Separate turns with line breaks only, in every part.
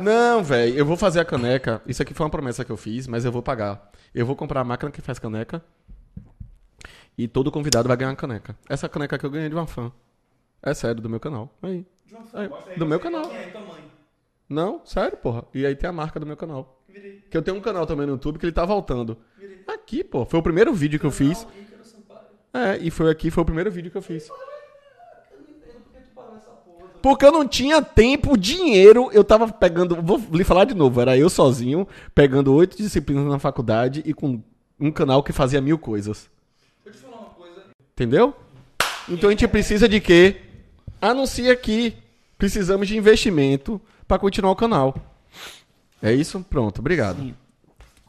Não, velho, eu vou fazer a caneca. Isso aqui foi uma promessa que eu fiz, mas eu vou pagar. Eu vou comprar a máquina que faz caneca. E todo convidado vai ganhar uma caneca. Essa caneca que eu ganhei de uma fã. É sério, do meu canal. Aí. Aí, do meu canal.
Quem é tua mãe?
Não, sério, porra. E aí tem a marca do meu canal.
Virei.
Que eu tenho um canal também no YouTube que ele tá voltando.
Virei.
Aqui, pô. Foi o primeiro vídeo que eu fiz.
Não, Ícaro Sampaio.
É, e foi aqui, foi o primeiro vídeo que eu fiz.
Eu não entendo porque tu parou nessa porra.
Porque eu não tinha tempo, dinheiro, eu tava pegando. Vou lhe falar de novo, era eu sozinho, pegando oito disciplinas na faculdade e com um canal que fazia mil coisas.
Deixa eu te falar uma coisa.
Entendeu? Então a gente precisa de quê? Anuncia aqui. Precisamos de investimento pra continuar o canal. É isso? Pronto, obrigado.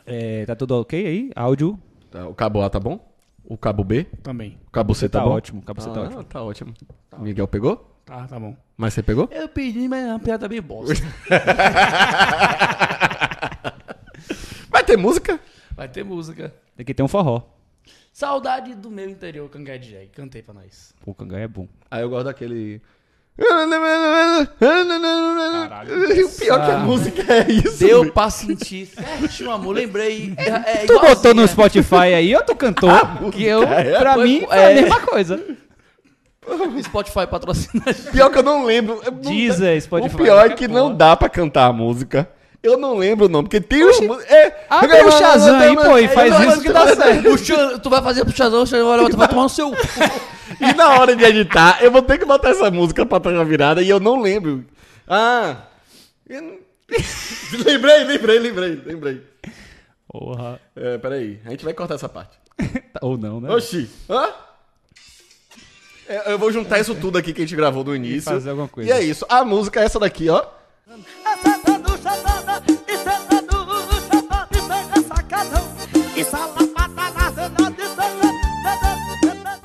É, tá tudo ok aí? Áudio
Tá, O cabo A tá bom? O cabo B?
também.
O cabo C
Você
tá,
tá,
bom?
ótimo, cabo você tá
Ah,
ótimo.
Tá ótimo. Miguel pegou?
Ah,
Tá, tá bom.
Mas você pegou?
Eu pedi, mas é uma piada
tá
bem bosta.
Vai ter música?
Vai ter música.
Aqui tem um forró.
Saudade do meu interior, Cangá de Jack. Cantei pra nós.
Pô, cangai é bom.
Aí eu gosto daquele. o pior que a
essa-
música é isso.
Deu
velho.
pra sentir certinho, amor. Lembrei. É, é
Tu botou no
né?
igualzinha.
Spotify aí, eu tu cantou. que eu, pra
Foi-
mim, foi
é.
a mesma coisa.
Spotify patrocina a gente.
Pior que eu não lembro. Eu não-
Deezer, Spotify,
O pior é
qualquer
que
porra.
não dá pra cantar a música. Eu não lembro o nome, porque tem os. É.
Abre o Shazam aí, pô, e faz isso
Tá
que dá certo.
O Xan- tu vai fazer pro Xandão, o Xandão vai levar, tu vai tomar no seu. cu.
E na hora de editar, eu vou ter que botar essa música pra trás na virada e eu não lembro. Ah. eu não- lembrei, lembrei, lembrei, lembrei.
Porra.
É, peraí, a gente vai cortar essa parte.
Ou não, né?
Oxi. Hã? É, Eu vou juntar isso tudo aqui que a gente gravou no início.
fazer alguma coisa.
E é isso. A música é essa daqui, ó.
É senta no chantada, e senta no chantada, e pega sacadão. E salapata na zenada, e senta,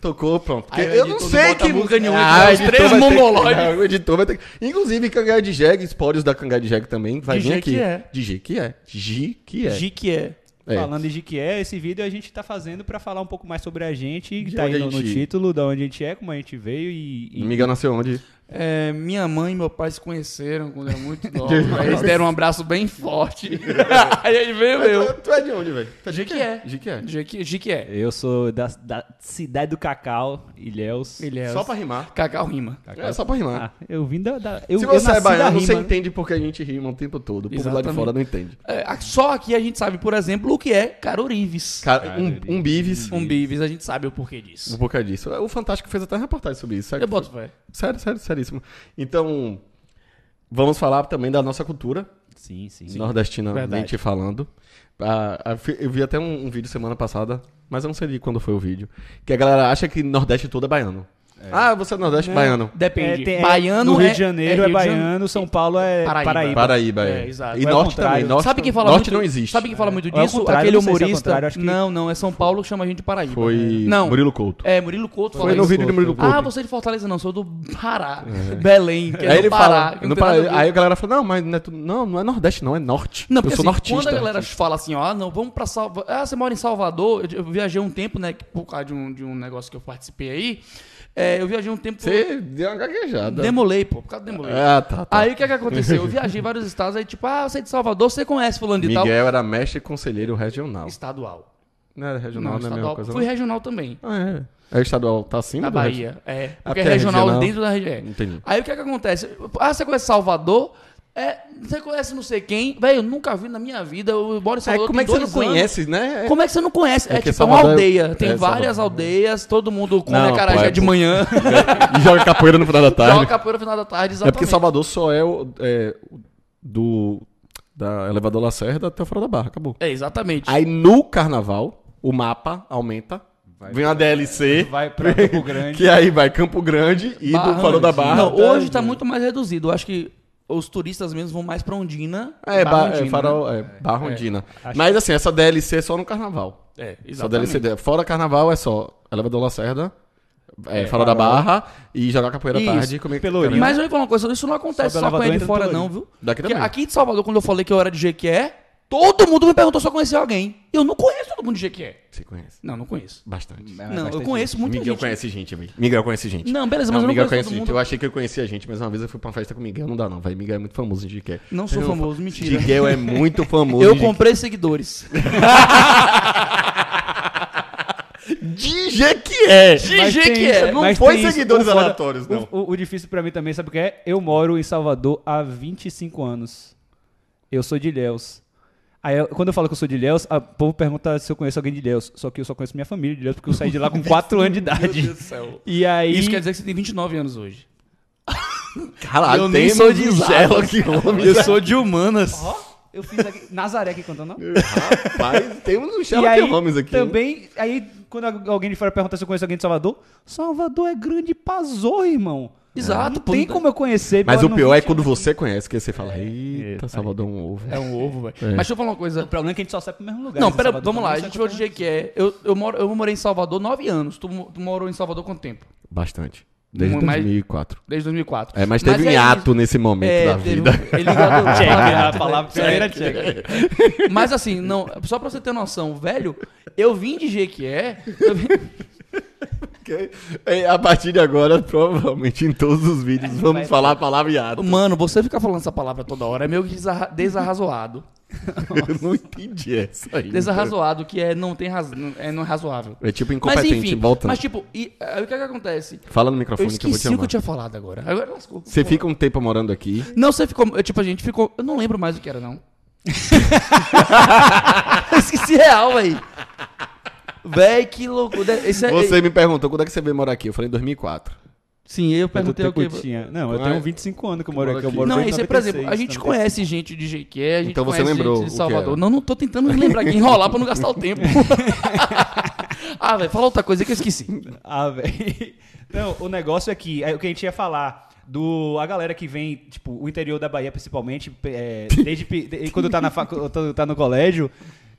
Tocou, pronto. Porque
Aí o
eu não
editor
sei
não bota
que
música nenhuma,
Ah, o
então, os
editor
três
vai ter que-
mongolóides.
Ah, o editor vai ter que... Inclusive, Cangai de Jeg, esporos da Cangai de Jeg também, vai
De
vir
jeito
aqui.
que é.
De jeito que é. De jeito que é.
G que é.
É.
Falando de que é, esse vídeo a gente tá fazendo pra falar um pouco mais sobre a gente, e
De
tá
onde
aí no,
a
no
gente-
título, da onde a gente é, como a gente veio e... e-
Miguel nasceu onde?
É, minha mãe e meu pai se conheceram quando era muito novo. Aí eles deram um abraço bem forte. Aí ele veio meu.
Tu, tu é de onde, velho? Tu
G que é.
De que é.
G que- G que é.
Eu sou da, da cidade do Cacau, Ilhéus.
Ele é.
Só pra rimar.
Cacau rima.
É, só pra rimar.
Ah, eu vim da... da- eu,
Se
eu
você é
nasci da
baiano, você
rima.
entende porque a gente rima o tempo todo. O povo lá de
Exatamente.
fora não entende.
É, a- só aqui a gente sabe, por exemplo, o que é Carorives.
Cara, um, um bives.
Um bives, a gente sabe o porquê disso.
Um bocado disso. O Fantástico fez até uma reportagem sobre isso. Sabe? É,
Eu boto fé.
Sério, sério, seríssimo. Então, vamos falar também da nossa cultura
Sim, sim.
nordestinamente
Verdade.
falando. Ah, ah, fi- eu vi até um, um vídeo semana passada, mas eu não sei de quando foi o vídeo, que a galera acha que Nordeste todo é baiano. Ah, você é Nordeste baiano.
Depende.
É, tem- é-
baiano
no Rio
é-
de Janeiro é,
Rio de Jan-
baiano, São Paulo é
Paraíba.
Paraíba.
Paraíba, é.
É, exato.
E
Ou é o
Norte
contrário.
também. Norte,
sabe quem fala
norte
muito,
não existe.
Sabe quem fala muito
Ou é o
disso?
contrário,
Aquele
não sei se é o
humorista.
contrário, acho que-
Não, não, é São Paulo, chama a gente de Paraíba.
Foi
Não.
Murilo Couto.
É, Murilo Couto
Foi
fala
no
isso.
vídeo do Murilo Couto.
Ah, você é de Fortaleza não, sou do Pará. Belém, que é
Aí
do
ele
Pará.
fala,
que
no
não tem nada a ver.
Pará- aí a galera fala, não, mas não é, tu- não, não é Nordeste, não, é Norte.
Não,
eu
porque
sou
assim,
nortista.
quando a galera fala assim, ó, ah, não, vamos pra Salvador. Ah, você mora em Salvador. Eu, eu viajei um tempo, né, que por causa de um, de um negócio que eu participei aí. É, eu viajei um tempo...
Você é deu uma gaguejada.
Demolei, pô, por causa do Demolei.
Ah, tá, tá.
Aí o que é que aconteceu? Eu viajei em vários estados, aí tipo, ah, você é de Salvador, você conhece fulano de
Miguel
tal.
era mestre e conselheiro regional.
Estadual.
Não era regional, não, é
Não,
a mesma
estadual.
coisa.
Fui
não?
regional também.
Ah, é. É estadual, tá acima
Na
do
Bahia. É. Porque
porque é
é regional,
regional.
dentro da região.
Entendi.
Aí o que é que acontece? Ah, você conhece Salvador? É, você conhece não sei quem? Velho, eu nunca vi na minha vida. Eu moro em
É,
Salvador.
como é que
tem
você não
dois anos.
conhece, né? É-
Como é que você não conhece?
É
É,
que
tipo
Salvador
uma
é-
aldeia.
é,
Tem várias
Salvador.
aldeias, todo mundo come
Não,
acarajé
pô, é-
de manhã,
E joga capoeira no final da tarde.
joga capoeira no final da
É
tarde, exatamente.
porque Salvador só é, o- é o- do da elevador Lacerda até o Fora da Barra, acabou.
É, exatamente.
Aí no carnaval, o mapa aumenta, vem uma DLC,
Vai pra Campo Grande.
que aí vai Campo Grande e do
Barra,
Fora da
Ondina.
Barra.
Não, hoje tá muito mais reduzido. Eu acho que os turistas mesmo vão mais pra Ondina.
É,
Barra
ba é,
Ondina, né?
farol, é, Barra Ondina. Mas assim, essa DLC é só no carnaval.
É,
Só
exatamente.
DLC. Fora carnaval é só elevador Lacerda, é, Farol da Barra e jogar capoeira à
Isso,
tarde é e comer
Pelourinho.
caramba.
Mas eu vou falar uma coisa, isso não acontece
Sobe o
só com
elevador,
ele de
entra
fora,
todo
não,
mundo.
viu?
Daqui
Porque
também.
aqui de Salvador, quando eu falei que eu era de Jequié, Todo mundo me perguntou se eu conhecia alguém. Eu não conheço todo mundo de que é.
Você conhece.
Não, não conheço.
Bastante.
Ah,
Não, eu conheço muita
Miguel
gente.
conhece gente, velho. Miguel conhece gente.
Não, beleza, mas eu não
Miguel
conheço todo
gente.
mundo.
Eu achei que eu conhecia gente, mas uma vez eu fui pra uma festa com o Miguel, não dá não, velho. Miguel é muito famoso em Jiquel.
Não sou famoso, mentira.
Miguel é muito famoso.
Eu
em
comprei seguidores.
De jeito que é.
Mas tem isso,
Não
Mas
foi
tem isso,
seguidores
o foda-
aleatórios,
o-
não.
O, o difícil pra mim também, sabe o que é? Eu moro em Salvador há 25 anos. Eu sou de Ilhéus. Aí, eu- quando eu falo que eu sou de Ilhéus, a- o povo pergunta se eu conheço alguém de Ilhéus. Só que eu só conheço minha família de Ilhéus, porque eu saí de lá com 4 anos de idade.
céu.
E aí...
Isso quer dizer que você tem 29 anos hoje.
Caralho,
eu nem
temos
sou de
um
Isabel.
Sherlock Holmes.
sou de humanas.
Ó, eu fiz aqui... Nazaré aqui contando, não?
Rapaz, temos um
E
Sherlock
aí,
Holmes aqui.
também, aí quando al- alguém de fora pergunta se eu conheço alguém de Salvador, Salvador é grande pazor, irmão.
Exato,
Não tem como eu conhecer.
Mas o
porque eu não
pior
vi-
é quando você conhece, que você fala, eita,
é,
Salvador é um ovo.
É um ovo, velho. Mas deixa eu falar uma coisa.
O problema é que a gente só sai pro mesmo lugar.
Não,
né,
pera,
Salvador,
vamos lá. A
não
gente
sai
vai dizer que é. Eu, eu, moro, eu morei em Salvador 9 anos. Tu, mo- tu morou em Salvador quanto tempo?
Bastante. Desde
Mas-
2004.
Desde 2004.
É, mas teve um
é
hiato
isso.
nesse momento
É,
da
teve um-
vida.
ele enganou-
Check, a
Hiato,
palavra primeira
né? É.
check.
Mas assim, não, só pra você ter noção, velho, eu vim de Jequié. eu vim-
Ok? É, A partir de agora, provavelmente em todos os
É,
vídeos, vamos falar a palavra hiato.
Mano, você fica falando essa palavra toda hora é meio que desarra- desarrazoado.
Eu não entendi essa aí.
Desarrazoado, que é não tem raz... não- é não é razoável.
É tipo
Mas
incompetente,
enfim,
volta.
mas tipo, e, aí o que é que acontece?
Fala no
Eu
microfone que eu vou te
esqueci o que
amar.
eu tinha falado agora. Agora lascou.
Você fica um tempo morando aqui.
Não, você ficou. eu, Tipo, a gente ficou. Eu não lembro mais o que era, não. eu esqueci real, véi. Véi, que loucura. Esse é-
Você me perguntou quando é que você veio morar aqui. Eu falei em 2004.
Sim, eu
Quanto
perguntei o
tempo
que.
eu tinha? Não, eu
Ah,
tenho 25 anos que eu moro aqui. Eu moro
Não,
desde
esse é, por exemplo, a
96,
gente
tá ligado?
conhece gente de Jequié, a gente
Então você
conhece
lembrou
gente
o
de
que
Salvador.
era.
Não, não tô tentando me lembrar aqui, enrolar pra não gastar o tempo. ah, velho, fala outra coisa que eu esqueci.
Ah, velho. Não, o negócio é que é o que a gente ia falar do a galera que vem, tipo, o interior da Bahia principalmente, pe- é, desde pe- de- quando tá na facu- quando tá no colégio,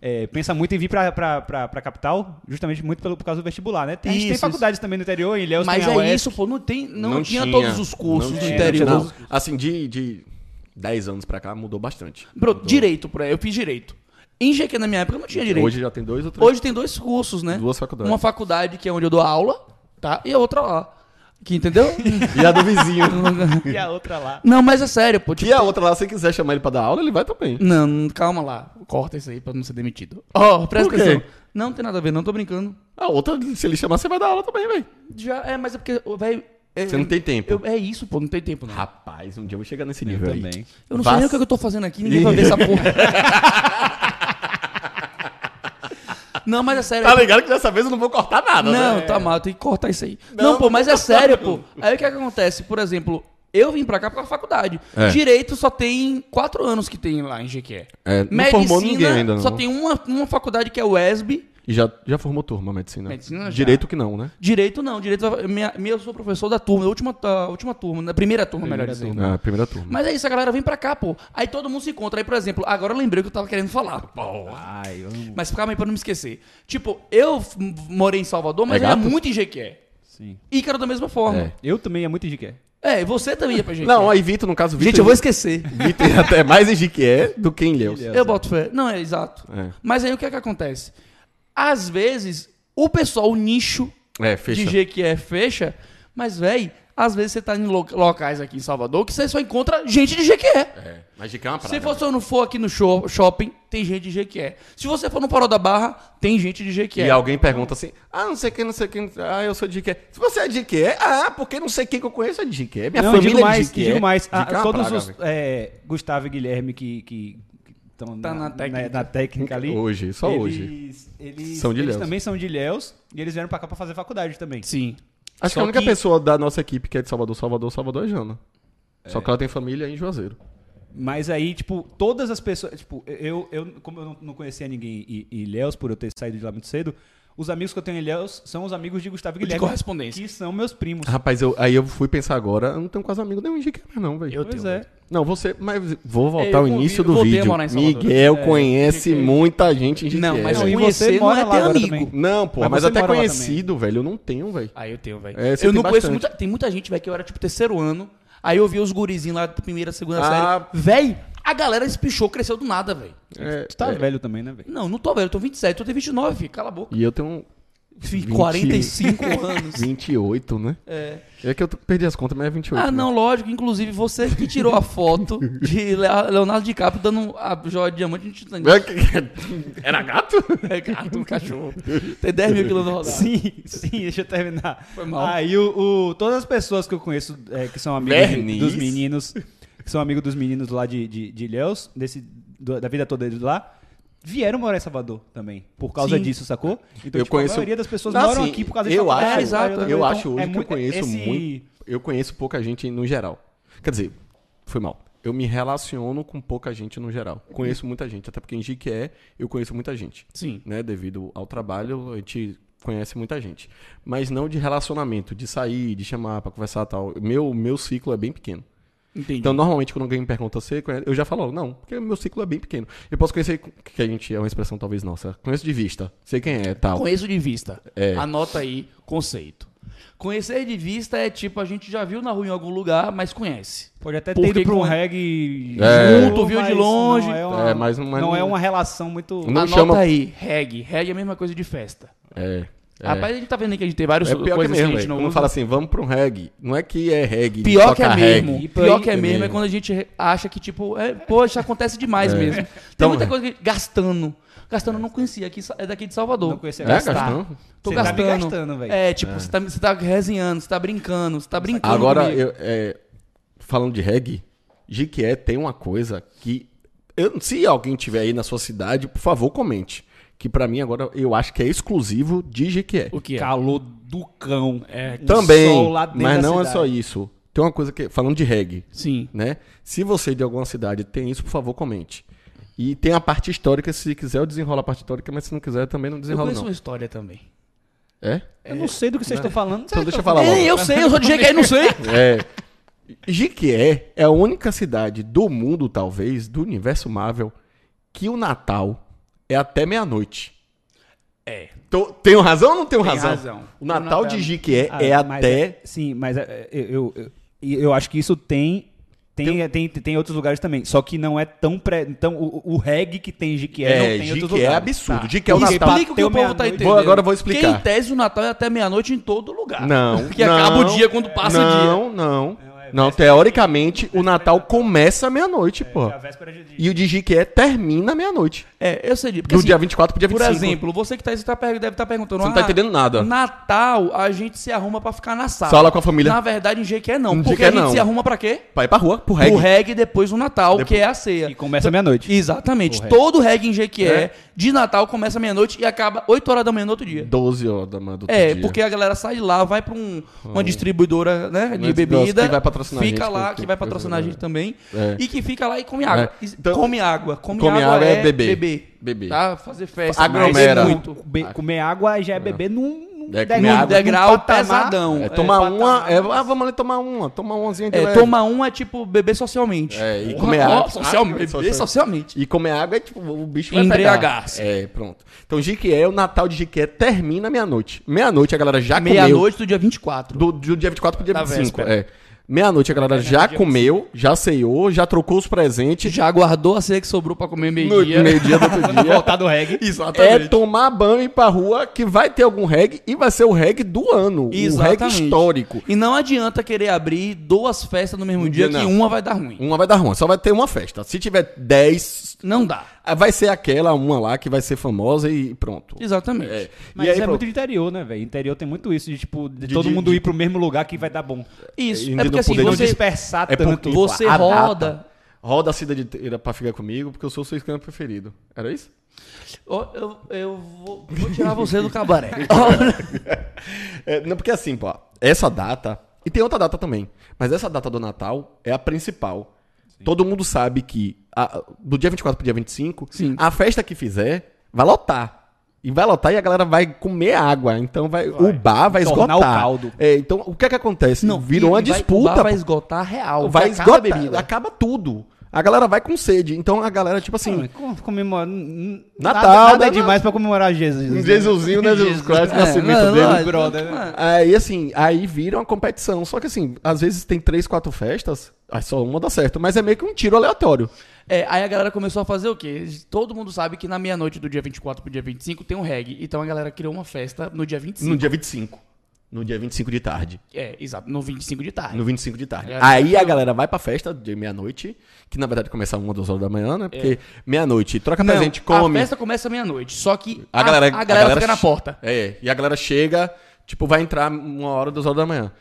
é, pensa muito em vir pra, pra, pra, pra capital, justamente muito pelo, por causa do vestibular, né? Tem, a gente tem
Isso,
faculdades também no interior, em Ilhéus
Mas
tem a
é
UESC.
isso, pô, não, tem, não, tinha, todos os cursos
não
do
tinha,
interior.
não tinha. Assim, de, de 10 anos pra cá mudou bastante.
Bro, direito, por aí, eu fiz direito. Em Jequié, na minha época, não tinha direito.
Hoje já tem dois ou três.
Hoje tem dois cursos, né?
Duas faculdades.
Uma faculdade que é onde eu dou aula, tá? E a outra lá. Que, entendeu?
E a do vizinho.
E a outra lá.
não, mas é sério, pô. Tipo,
e a outra lá, se quiser chamar ele pra dar aula, ele vai também.
Não, calma lá. Corta isso aí pra não ser demitido. Ó, presta
Por quê?
atenção. Não, não tem nada a ver, não tô brincando.
A outra, se ele chamar, você vai dar aula também, velho.
Já, é, mas é porque, ô, velho. é-
Você não tem tempo.
eu- é isso, pô, não tem tempo, não.
Rapaz, um dia eu vou chegar nesse
Eu
nível aí.
também.
Eu não sei nem
Vac-
o que eu tô fazendo aqui, ninguém vai ver essa porra. não, mas é sério.
Tá ligado que dessa vez eu não vou cortar nada,
Não,
né?
tá mal, tem que cortar isso aí. Não, pô, mas é sério, pô. Aí o que, é que acontece? Por exemplo, eu vim pra cá pela faculdade.
É.
Direito só tem quatro anos que tem lá em Jequié.
É, não formou ninguém ainda, não.
só tem uma, uma faculdade que é o ESB.
E já, já formou turma, medicina.
Medicina já.
Direito que não, né?
Direito não, direito... Minha, minha, eu sou professor da turma, da última, da última turma, da primeira turma, melhor dizendo.
É, primeira turma.
Mas é isso, a galera vem pra cá, pô. Aí todo mundo se encontra. Aí, por exemplo, agora eu lembrei o que eu tava querendo falar.
Ai, eu não...
Mas calma aí pra não me esquecer. Tipo, eu f- morei em Salvador, mas
É
eu era
gato?
muito em Jequié.
Sim.
Ícaro da mesma forma.
Eu também é muito indiqué.
É, e você também ia pra Jequié.
Não, aí Vitor, no caso, Vitor.
é. Gente, eu vou esquecer.
Vitor é até mais Egiquié do que em Leus.
Ilhéus.
Eu boto fé. Não, é exato.
É.
Mas aí o que é que acontece? Às vezes, o pessoal, o nicho
É,
de
fecha.
G que é fecha, mas, véi, às vezes você tá em lo- locais aqui em Salvador que você só encontra gente de G que é.
É, mas Egiquié é uma
Se você não for aqui no show- shopping, tem gente de G que é. Se você for no Farol da Barra, tem gente de G que
E
é.
alguém pergunta assim, ah, não sei quem, não sei quem, ah, eu sou de que Se você é de que ah, porque não sei quem que eu conheço é de que minha
não,
família
digo
é
mais,
de que
digo mais. Ah,
Dique é uma
todos
praga,
os
velho.
é, Gustavo e Guilherme que que estão
Tá na técnica.
na técnica ali.
Hoje, só
eles,
hoje.
Eles,
São de
eles
Ilhéus.
também são de Ilhéus e eles vieram pra cá pra fazer faculdade também.
Sim.
Acho que
Só
a única
que-
pessoa da nossa equipe que é de Salvador, Salvador, Salvador é Jana.
É.
Só que ela tem família em Juazeiro.
Mas aí, tipo, todas as pessoas. Tipo, eu, eu como eu não- não conhecia ninguém em em Ilhéus, por eu ter saído de lá muito cedo, os amigos que eu tenho em Ilhéus são os amigos de Gustavo e
De
Guilherme.
correspondência.
Que são meus primos.
Rapaz, eu, aí eu fui pensar agora, eu não tenho quase amigo nenhum em Jiqué mais não, velho.
pois é.
Não, você, mas vou
É, Eu
voltar ao
convido-
início do
voltei a
vídeo.
morar em Salvador. É,
Miguel conhece muita gente em Jiqué.
Não, mas
Não, e
conhecer
você
não
mora
é
lá
ter
agora
amigo.
também.
Não, pô,
Mas
mas,
você
até
mora lá
conhecido, velho, eu não tenho, velho.
Aí eu tenho, velho.
É, você
eu não
tem
conheço
bastante.
muita. Tem muita gente, velho, que eu era tipo terceiro ano. Aí eu vi os gurizinhos lá da primeira, segunda
Ah.
série. Véi, A galera espichou, cresceu do nada, velho.
É,
Tu tá
é.
velho também, né, velho?
Não, não tô velho, eu tô 27, tu tem 29, filho, cala a boca.
E eu tenho
Fih,
20.
45 anos.
28, né?
É.
É que eu t- perdi as contas, mas é 28.
Ah, não, lógico. Inclusive, você que tirou a foto de Le- Leonardo DiCaprio dando a joia de diamante no Titanic.
Né? É que- Era gato?
É gato, um cachorro. Tem 10 mil quilos rodado.
Sim, sim, deixa eu terminar.
Foi mal.
Aí o, o- todas as pessoas que eu conheço é, que são amigos
Verniz.
dos meninos, que são amigos dos meninos lá de, de, de Ilhéus, desse, do- da vida toda deles lá, vieram morar em Salvador também, por causa
Sim.
disso, sacou? Então,
Eu
tipo,
conheço-
a maioria das pessoas
Não,
moram
assim,
aqui por causa de
eu
Salvador.
acho,
É, exato.
Eu
Então,
acho hoje
é
que eu
muito-
conheço
esse-
muito. Eu conheço pouca gente no geral. Quer dizer, foi mal. Eu me relaciono com pouca gente no geral. Conheço muita gente, até porque em Jiquié eu conheço muita gente.
Sim.
né, devido ao trabalho, a gente conhece muita gente. Mas não de relacionamento, de sair, de chamar pra conversar e tal. Meu, meu ciclo é bem pequeno.
Entendi.
Então, normalmente, quando alguém me pergunta se conhece, eu já falo, não, porque meu ciclo é bem pequeno. Eu posso conhecer, que a gente é uma expressão talvez nossa, conheço de vista, sei quem é tal.
Conheço de vista.
É.
Anota aí, conceito. Conhecer de vista é tipo, a gente já viu na rua em algum lugar, mas conhece.
Pode até ter
Porque
ido pra um
com-
reggae
É.
Junto, viu de
mas
longe.
Não é uma,
É, mas não é-
não é uma relação muito...
Não
Anota
chama-
aí, reggae. Reggae é a mesma coisa de festa.
É. É,
Rapaz, a gente tá vendo aí que a gente tem vários
é pior que mesmo,
coisas que a
velho.
gente não
Quando
usa.
fala assim, vamos pra um reggae, não é que é reggae, de
Pior que é
tocar
mesmo.
reggae.
Pior que é
É
mesmo é
mesmo.
quando a gente re- acha que, tipo, é, pô, isso acontece demais mesmo. Tem
Então,
muita
é.
coisa que. Gastando. Gastando eu não conhecia, aqui, sa- é daqui de Salvador.
Não conhecia
É,
gastar.
Gastão?
Tô
Você tá me
gastando.
gastando, velho.
É, tipo, você tá, você tá resenhando, você tá brincando, você tá brincando.
Agora,
comigo.
eu, é, falando de reggae, Jiquié tem uma coisa que. eu- se alguém tiver aí na sua cidade, por favor, comente. Que pra mim agora eu acho que é exclusivo de Jiquié.
O que é?
Calor do cão. É,
Também, mas não é só isso. Tem uma coisa que. Falando de reggae,
Sim.
né? Se você de alguma cidade tem isso, por favor, comente. E tem a parte histórica, se quiser eu desenrolo a parte histórica, mas se não quiser também não
Eu
desenrolo
conheço uma
não.
história também.
É?
Eu não sei do que vocês estão falando.
Então deixa eu falar logo.
Ei, É, eu sei, eu sou DJ que aí não sei.
É. Jiquié é a única cidade do mundo, talvez, do universo Marvel, que o Natal é até meia-noite.
É.
Tô- Tenho razão ou não tenho
Tem
razão?
razão. tá.
O Natal de Jiquié
Ah,
é
mas
até.
sim, mas é, é, eu, eu, eu, eu acho que isso tem. Tem,
um
tem, tem outros lugares também, só que não é tão pré. Então, o, o reggae que tem em Jiquié não
É,
tem em outros
Jiquié é
lugares.
absurdo.
Tá.
Jiquié é o
Porque
Natal.
Explica o que o
bateu
povo tá
meia-noite.
entendendo.
Vou- agora eu vou explicar.
Quem tese o Natal é até meia-noite em todo lugar.
Não.
Que
não,
acaba o dia quando passa o dia.
não, Não,
É,
não. teoricamente, o Natal começa meia-noite,
É a
porra.
véspera de- de-
E o de Jiquié termina meia-noite.
É, eu sei. disso, Porque,
Do
assim,
dia 24 pro dia
Por
25.
exemplo, você que tá, aí, você tá per- deve estar perguntando.
Você não tá
"Ah,
entendendo nada."
Natal, a gente se arruma pra ficar na sala.
Sala com a família.
Na verdade, em Jequié não.
Em
porque
Jequié
a gente
não.
se arruma pra quê?
Vai pra rua, pro reggae.
O reggae depois o Natal, que é a ceia.
E começa meia-noite.
Exatamente.
O reggae.
Todo reggae em Jequié,
É.
de Natal, começa meia-noite e acaba 8 horas da manhã no outro dia.
12 horas da manhã do outro
É,
dia.
porque a galera sai de lá, vai pra um- uma distribuidora né, de
Mas
bebida.
é que vai patrocinar a
Fica
gente,
lá,
porque-
que vai patrocinar a gente também.
É.
E que fica lá e come água.
É. Então-
come água. Come,
Come
água,
água é
é
beber.
beber.
Beber.
Tá? Fazer festa.
Aglomera.
mas é
Muito. Be- comer água já é beber num, num
É, comer
Num
água num
um degrau
um patamar.
pesadão.
É, tomar
é,
uma.
patamar.
É, ah, vamos ali tomar uma. Tomar umazinha de
É,
leve.
tomar um é tipo beber socialmente.
É, e
Porra,
comer
ó,
água.
socialmente,
Ah,
beber
social-
socialmente.
E comer água é tipo, o bicho vai
Embriagar-se.
pegar. É, pronto. Então, Jiquié, o Natal de Jiquié termina meia-noite. Meia-noite a galera já comeu.
Meia-noite do dia 24.
Do, do dia 24 pro dia
Da
25.
véspera.
É. Meia-noite a galera já comeu, já ceiou, já trocou os presentes.
Já aguardou a ceia que sobrou pra comer
No
meio-dia.
meio-dia do outro dia.
Voltar do reggae.
É
Exatamente.
tomar banho e ir pra rua que vai ter algum reggae e vai ser o reggae do ano. O reggae histórico.
E não adianta querer abrir duas festas no mesmo
Um
dia,
dia
que
não. Um
uma vai dar ruim.
Uma vai dar ruim, só vai ter uma festa. Se tiver 10,
Não dá.
Ah, Vai ser aquela uma lá que vai ser famosa e pronto.
Exatamente.
É.
Mas
e aí,
isso é
pronto.
muito de interior, né, velho? Interior tem muito isso de, tipo, de,
De-
todo
de-
mundo
de-
ir pro mesmo lugar que vai dar bom.
Isso.
Ainda
É porque
não
assim,
poderia
Não
você,
dispersar
É
tanto.
porque-
você
a data.
roda.
Roda a cidade inteira pra ficar comigo, porque eu sou o seu escândalo preferido. Era isso?
Ó, Eu, eu vou, vou tirar você do cabaré.
É, não, porque assim, pô, essa data. E tem outra data também. Mas essa data do Natal é a principal. Todo mundo sabe que a- do dia 24 pro dia 25,
Sim.
a festa que fizer vai lotar. E vai lotar e a galera vai comer água. Então vai, o bar vai
Tornar
esgotar.
o caldo.
É, então o que é que acontece? Virou
e-
uma
e vai- o
disputa.
bar vai esgotar real.
vai
acaba a
esgotar,
bebida.
acaba tudo. A galera vai com sede. Então a galera, tipo
é
assim,
Comemorar.
Natal,
Nada, nada é
né?
demais pra comemorar Jesus.
um Jesusinho, né? Jesus Christ,
É,
nascimento
não,
dele.
não,
brother,
não,
né?
Aí, assim, aí vira uma competição. Só que, assim, às vezes tem três, quatro festas, aí só uma dá certo. Mas é meio que um tiro aleatório.
É, aí a galera começou a fazer o quê? Todo mundo sabe que na meia-noite do dia 24 pro dia 25 tem um reggae. Então a galera criou uma festa no dia 25.
No dia 25. No dia 25 de tarde.
É, exato, no 25 de tarde.
No 25 de tarde.
É,
Aí a galera vai pra festa de meia-noite, que na verdade começa uma, duas horas da manhã, né? Porque meia-noite troca
Não,
presente, come.
A festa começa meia-noite, só que
A galera,
a, fica na
che-
porta.
É, e a galera chega, tipo, vai entrar uma hora, duas horas da manhã.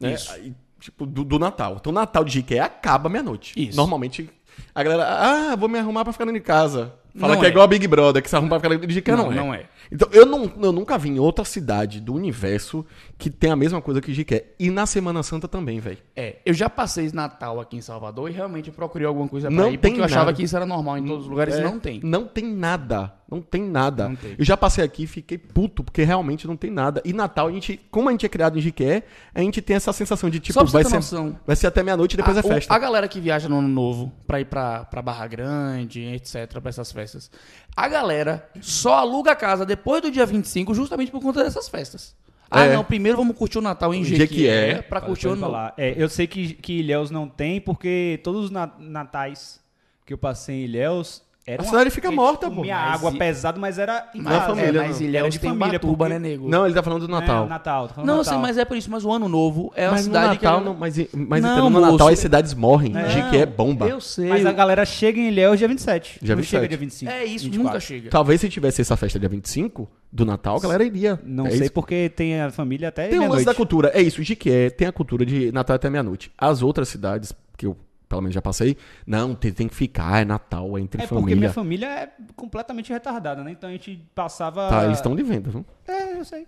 Né? Aí, tipo, do, do Natal. Então, o Natal de Jequié acaba meia-noite.
Isso.
Normalmente, a galera, ah, vou me arrumar pra ficar dentro de casa. Fala
Não
que é.
é.
igual a Big Brother, que se arruma pra ficar dentro de Jequié, não,
Não,
é.
não é.
Então, eu, não, eu nunca vi em outra cidade do universo que tem a mesma coisa que Jequié. E na Semana Santa também, velho.
É, eu já passei Natal aqui em Salvador e realmente eu procurei alguma coisa pra
Não
ir,
tem
porque eu achava
nada.
que isso era normal em todos os lugares
É,
e não tem.
Não tem nada. Não tem nada.
Não tem.
Eu já passei aqui e fiquei puto, porque realmente não tem nada. E Natal, a gente, como a gente é criado em Jiqué, a gente tem essa sensação de tipo,
Só pra você
vai
ter
ser,
noção.
vai ser até meia-noite e depois
a,
é
Ah, o-
festa.
a galera que viaja no ano novo pra ir pra, pra Barra Grande, etc, pra essas festas. A galera só aluga a casa depois do dia 25 justamente por conta dessas festas. Ah,
É.
não, primeiro vamos curtir o Natal em
Jequié,
Jequié,
Pra
pra curtir o
depois
ano novo.
falar. É, eu sei que, que Ilhéus não tem, porque todos os na- natais que eu passei em Ilhéus.
A
Era uma-
cidade fica
eu
morta,
comia
pô.
água
Mas-
pesada, mas era em
Mas,
a
casa,
família,
é,
não.
mas
Era
Ilhéus
de
tem
família,
Batuba,
porque-
né, nego?
Não, ele tá falando do
Não,
Natal.
Natal, tô falando
Não, eu
Natal.
sei, mas é por isso. Mas o Ano Novo é uma
mas no
cidade
Natal,
que...
né?
não, mas, mas
Não,
então, no
moço,
Natal as
é-
cidades morrem. Jiqué é bomba.
Eu sei.
Mas a galera chega em Ilhéus dia 27.
Dia
não
27.
chega dia 25.
É isso,
24.
nunca chega.
Talvez se tivesse essa festa dia 25 do Natal, a galera iria.
Não
É
sei
isso.
porque tem a família até
Tem o lance
meia-noite.
da cultura. É isso, Jiqué tem a cultura de Natal até meia-noite. As outras cidades, que eu pelo menos já passei, não, tem, tem que ficar, é Natal, é entre
É porque minha
família.
família é completamente retardada, né? Então a gente passava.
Tá, eles estão de venda, viu?
É, eu sei.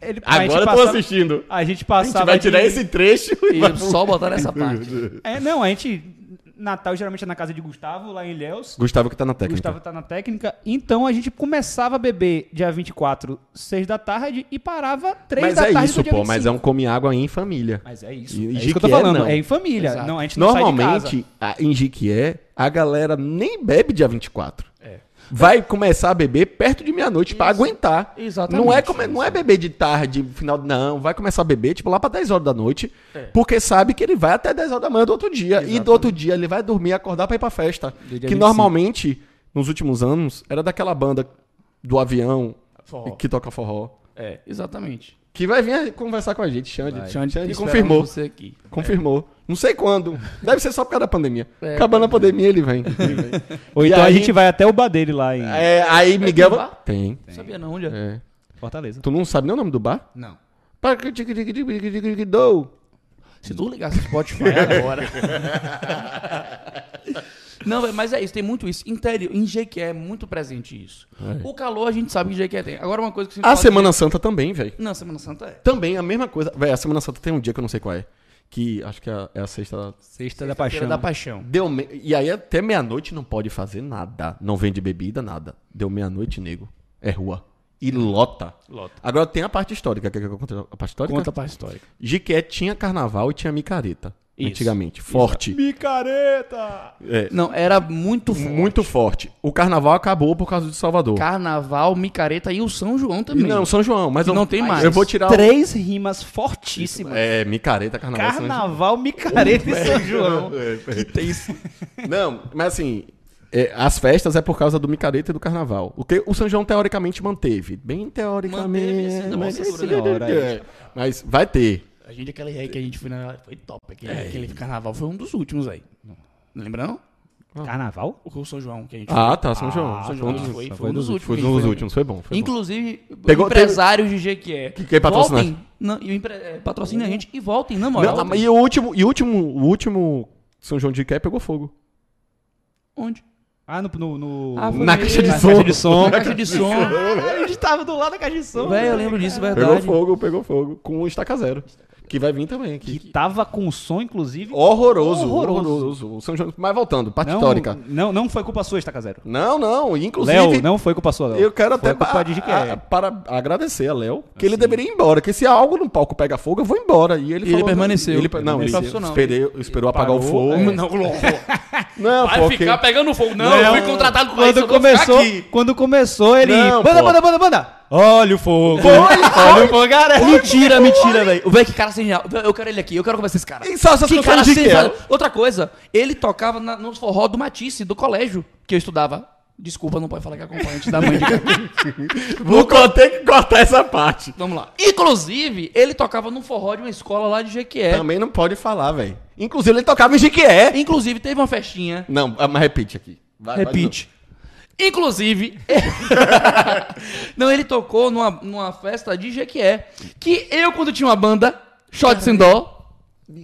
Ele- a gente
Agora eu tô
passava-
assistindo.
A gente
A gente
passava.
vai tirar
de-
esse trecho e, vai...
E só botar nessa parte.
É, não, a gente. Natal geralmente é na casa de Gustavo, lá em Ilhéus.
Gustavo que tá na técnica.
Gustavo tá na técnica. Então a gente começava a beber dia 24, 6 da tarde e parava 3
Mas
da
é
tarde.
isso,
do dia
pô. Mas é
25.
um come água em família.
Mas é isso.
E- e
é isso que eu tô
Jequié,
falando.
não.
É em família.
Exato.
Não, a gente não sai de
Normalmente, a, em Jiquié, a galera nem bebe dia 24. É. Vai começar a beber perto de meia-noite pra aguentar.
Exatamente.
Não é, come- não é beber de tarde, final. Não, vai começar a beber, tipo, lá pra 10 horas da noite.
É.
Porque sabe que ele vai até 10 horas da manhã do outro dia. E do outro dia ele vai dormir e acordar pra ir pra festa.
dia
Que
25.
normalmente, nos últimos anos, era daquela banda do avião
Forró.
que toca forró.
É, exatamente.
Que vai vir conversar com a gente, Xande. Xande,
Xande,
confirmou.
esperamos Você aqui.
Confirmou. Não sei quando. Deve ser só por causa da pandemia.
É,
Acabando a pandemia, ele vem.
casa. Ou
E
então
aí-
a gente vai até o bar dele lá em
É, aí Miguel.
tem
va-
bar?
Tem.
Não sabia não, onde é?
É.
Fortaleza.
Tu não sabe nem o nome do bar?
Não.
Para que tic- tic- tic- tic- tic- tic- dou.
Se tu ligasse o Spotify agora. Não, velho, mas é isso, tem muito isso. Interior, em Jequié é muito presente isso. O calor a gente sabe que Jequié tem. Agora uma coisa que você
A Semana Santa também, velho.
Não, Semana Santa é.
Também a mesma coisa. Véi, a Semana Santa tem um dia que eu não sei qual é. Que acho que é a, é a sexta.
Sexta da
Feira
Paixão.
da Paixão.
Deu me- E aí até meia-noite não pode fazer nada. Não vende bebida, nada. Deu meia-noite, nego. É rua. E lota.
Lota.
Agora tem a parte histórica. Quer que eu conte a parte histórica?
Conta a parte histórica.
Jiqué tinha carnaval e tinha micareta.
Isso.
Antigamente. Forte.
Micareta!
Não, era muito forte.
Muito forte. O carnaval acabou por causa de Salvador.
Carnaval, Micareta e o São João
E
também.
não, São João, mas eu,
Não tem mais.
Eu vou tirar o-
Três rimas fortíssimas.
É, micareta, carnaval. São João. É,
Carnaval, micareta e São João.
Não, mas assim, é, as festas é por causa do micareta e do carnaval. O que o São João teoricamente manteve. Bem
Manteve,
teoricamente.
assim, da
mas,
nossa
senhora,
é. mas vai ter.
A gente, aquele rei que a gente foi na. Foi top. Aquele, aquele carnaval foi um dos últimos aí. Não lembra não?
Carnaval?
O o São João que a gente
Ah, tá, São João. São
foi. São
João
João
dos-
foi,
foi
foi um dos
dos
últimos.
foi
que a gente
um dos
foi.
últimos, foi bom. Foi bom.
Inclusive,
Pegou-
empresários de Jequié.
Que- que patrocina?
Voltem, não, e o empre- é, patrocina a gente e voltem, na
Não,
moral.
mas e o último, e o último, o último São João de Quer pegou fogo.
Onde?
Ah, no. no, no-
Ah, foi
Na
mesmo.
caixa de
Na
som.
caixa de som.
Na caixa de som.
a gente tava do lado da caixa de som.
Véi, eu lembro disso,
Pegou
verdade.
fogo, pegou fogo. Com o estaca zero. Que vai vir também aqui.
Que tava com som, inclusive.
Horroroso,
Horroroso.
horroroso. O São João. Mas voltando, parte
não,
histórica.
Não, não foi culpa sua, Estaca Zero.
Não, não. Inclusive,
Léo, não foi culpa sua, Léo.
eu quero
Foi
até
culpa
pa-
de quem?
a- para agradecer a Léo, que ele deveria ir embora. Que se algo no palco pega fogo, eu vou embora. Assim. E ele,
E ele
falou-
permaneceu.
Ele, não, ele
Profissional.
esperou, esperou apagar o
parou,
fogo.
é. Não, louco.
Não,
Vai
porque-
ficar pegando fogo. Não,
Não,
eu fui contratado pra isso,
Quando
eu vou ficar
começou,
aqui.
quando começou, ele.
Não,
banda,
pô.
banda, banda, banda! Olha o fogo.
Olha
o fogaréu.
Mentira, mentira, velho. O velho, que cara sem real. Eu quero ele aqui, eu quero conversar com esse cara.
E só essas
que
canções
cara
de
sem
quem?
real. Outra coisa, ele tocava na, nos forró do Matisse, do colégio, que eu estudava. Desculpa, não pode falar que é acompanhante da mãe de cara.
Vou co- ter que cortar essa parte.
Vamos lá. Inclusive, ele tocava num forró de uma escola lá de Jequié.
Também não pode falar, velho. Inclusive, ele tocava em Jiquié.
Inclusive, teve uma festinha.
Não, ah, mas repite aqui. Vai, vai de
Repite. Inclusive, não, ele tocou numa, numa festa de Jequié. Que eu, quando tinha uma banda, Shots and Dó,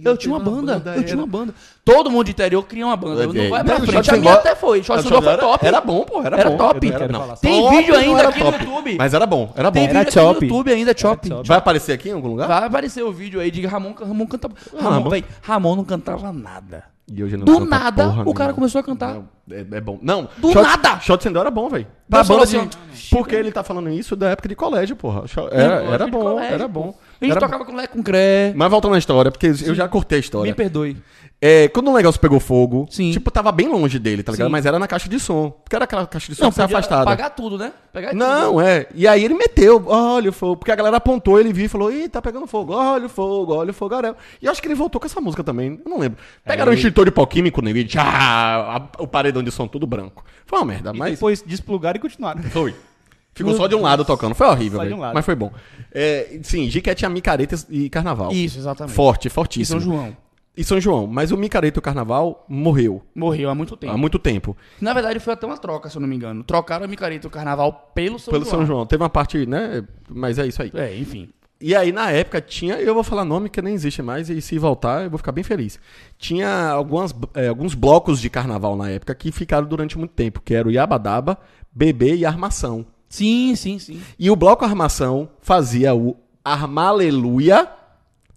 eu tinha uma
teve uma
banda.
banda,
eu tinha
era.
uma banda. Todo mundo de interior cria uma banda.
Olha
Não
aí.
vai pra
Não,
frente.
Shots
A
and
minha
Dó-
até foi. Shots and
Shots and Dó
Dó foi
era-
top.
Era bom, pô, era,
Era
bom.
top.
Eu não quero
Não.
falar.
Tem
Top
vídeo
não
ainda
era
aqui no
top,
YouTube.
Mas era bom, era bom.
Tem
Era
vídeo aqui no
Chop.
YouTube ainda, Chop.
Chop.
Vai aparecer aqui em algum lugar?
Vai aparecer o vídeo aí de Ramon. Ramon cantava. Ramon,
Ah, Ramon.
véi, Ramon não cantava nada.
E hoje não
Do
canta
nada,
porra
o cara
nenhuma.
começou a cantar.
Não, é, é bom. Não.
Do nada!
Shot Sendor era Tá bom, velho.
Pra
Pra
banda
banda
assim,
Porque ele tá falando isso da época de colégio, porra. Shot- Era,
Eu
era
de
bom,
colégio,
era
pô.
bom.
A gente
Era
tocava com Lé com Cré.
bom. Mas voltando à história, porque eu já cortei a
Me
história.
perdoe.
É, quando o negócio pegou fogo,
Sim.
tipo, tava bem longe dele, tá ligado?
Sim.
Mas era na caixa de som. Porque era aquela caixa de som que você é
podia
afastada.
Pagar tudo, né? Pegar tudo.
Não, é. E aí ele meteu, olha o fogo. Porque a galera apontou, ele viu e falou, ih, tá pegando fogo, olha o fogo, olha o fogaréu. E eu acho que ele voltou com essa música também, eu não lembro. Pegaram um extintor de pó químico nele, tchá, a- o paredão de som tudo branco. Foi uma merda,
E
mas
depois desplugaram e continuaram.
foi. Ficou só de um lado tocando, foi horrível,
Só de
velho,
um lado.
mas foi bom. É, sim, Giquet tinha micaretas e carnaval.
Isso, exatamente.
Forte,
E
fortíssimo.
São João.
E São João, mas o micareta e o carnaval morreu
Morreu há muito tempo.
há muito tempo.
Na verdade, foi até uma troca, se eu não me engano. Trocaram a micareta do carnaval pelo São
pelo
João.
São João. Teve uma parte, né, mas é isso aí.
É, enfim.
E aí, na época, tinha. Eu vou falar nome que nem existe mais, e se voltar, eu vou ficar bem feliz. Tinha algumas, eh, alguns blocos de carnaval na época que ficaram durante muito tempo, que era o Yabadaba, Bebê e Armação.
Sim, sim, sim.
E o bloco Armação fazia o Armaleluia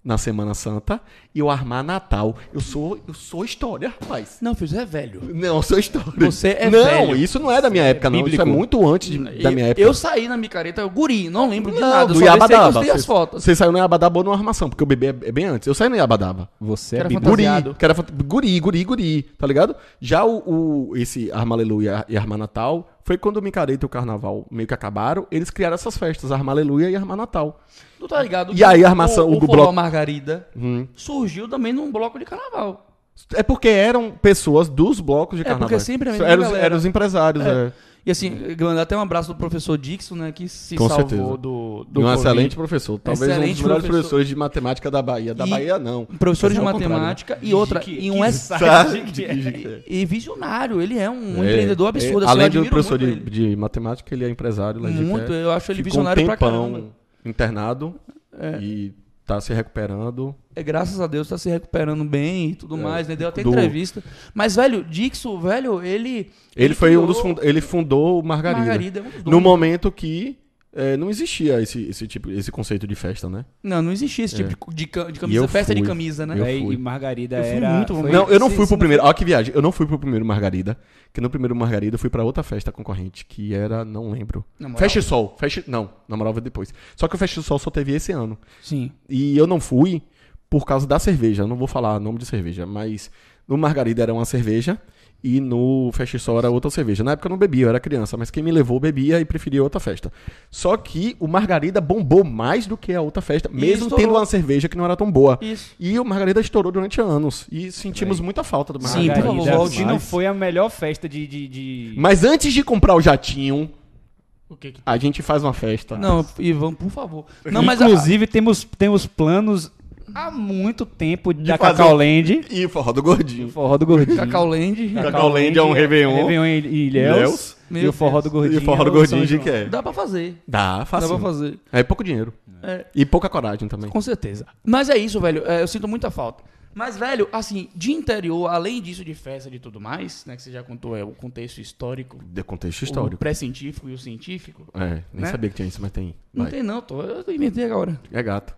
na Semana Santa e o Armar Natal. Eu sou, eu sou história, rapaz.
Não, filho, você é velho.
Não, eu sou história.
Você é
Não,
velho.
isso não é da minha época, não. Isso é
bíblico.
muito antes de- da minha época.
Eu saí na micareta, eu guri, não lembro de
Não,
nada. Eu
do
só pensei que
Yabadaba.
eu postei as
Você-
fotos.
Você saiu no Yabadaba ou no Armação, porque o bebê é é bem antes. Eu saí no Yabadaba.
Você
Era
é bíblico.
Guri,
Fantasiado.
que era fant- guri, guri, guri, tá ligado? Já o, o- esse Armaleluia e Arma Natal foi quando o Micareta e o Carnaval meio que acabaram, eles criaram essas festas, Armaleluia e Arma Natal.
Tu tá ligado?
E
que
aí, a armação,
o,
o
o forró
bloco- Hum.
Margarida surgiu também num bloco de carnaval.
É porque eram pessoas dos blocos de
É, porque
carnaval.
sempre é a mesma
eram, os-
galera.
eram os empresários, é.
E assim, mandar até um abraço do professor Dixon, né, que se
Com
salvou
certeza.
do,
E
do
um
Covid.
excelente professor. Talvez um dos
Excelente
melhores
professor.
professores de matemática da Bahia. Da
E-
Bahia, não.
Professor de
Mas é ao contrário, né?
matemática e outra,
Que-
e um
que
ex-
saco
Sabe?
de-
E visionário, ele é um
É,
empreendedor
é,
absurdo. assim, eu
além de
admiro
professor de,
muito ele.
de matemática, ele é empresário. lá de
Muito,
Ité.
eu acho ele é
Ficou
visionário pra
um tempão
caramba.
internado e tá se recuperando.
É, graças a Deus tá se recuperando bem e tudo mais, né? Deu até
É, do-
entrevista. Mas, velho, Dixon, velho, ele.
Ele, foi um
criou-
dos fund... ele fundou o Margarida.
Margarida é um dos
no
donos.
momento que eh, não existia esse, esse tipo esse conceito de festa, né?
Não, não existia esse tipo de ca- de, ca- de
E
camisa.
eu
Festa de
fui.
camisa, né?
Eu
Aí,
fui.
E Margarida
Eu fui
era.
muito bom.
foi-
não, eu não
se-
fui
se
pro primeiro. Olha que viagem. Eu não fui pro primeiro Margarida. Que no primeiro Margarida eu fui pra outra festa concorrente, que era, não lembro.
Na moral.
Festa e Sol. Festa... Não, na moral, vai depois. Só que o Festa e Sol só teve esse ano.
Sim.
E eu não fui por causa da cerveja. Eu Não vou falar o nome de cerveja, mas no Margarida era uma cerveja e no Festa e Sol era outra cerveja. Na época eu não bebia, eu era criança, mas quem me levou bebia e preferia outra festa. Só que o Margarida bombou mais do que a outra festa, mesmo
estourou.
tendo uma cerveja que não era tão boa.
Isso.
E o Margarida estourou durante anos. E sentimos muita falta do
Sim,
Margarida.
por favor,
Margarida,
volte.
se não foi a melhor festa de. de, de-
Mas antes de comprar o jatinho,
O que que.
a gente faz uma festa.
Não, Ivan, por favor. Não, mas a-
Inclusive, temos, temos planos há muito tempo da
fazer-
Cacau Land.
E forró do gordinho.
O forró do Gordinho.
Cacau Land.
Cacau Land é um Réveillon.
Réveillon e e Ilhéus.
Ilhéus.
Meu
E o forró
Deus.
do Gordinho.
e forró do
é o São
gordinho de
João.
que é?
Dá pra fazer.
Dá,
Dá
fácil.
pra fazer.
É pouco dinheiro.
É.
E pouca coragem também.
Com certeza. Mas é isso, velho. É, eu sinto muita falta. Mas, velho, assim, de interior, além disso de festa e de tudo mais, né? Que você já contou é, o contexto histórico,
De contexto
o
histórico.
pré-científico e o científico.
É, nem
Né?
sabia que tinha isso, mas tem.
Não
Vai.
tem não, tô, eu inventei agora.
É gato.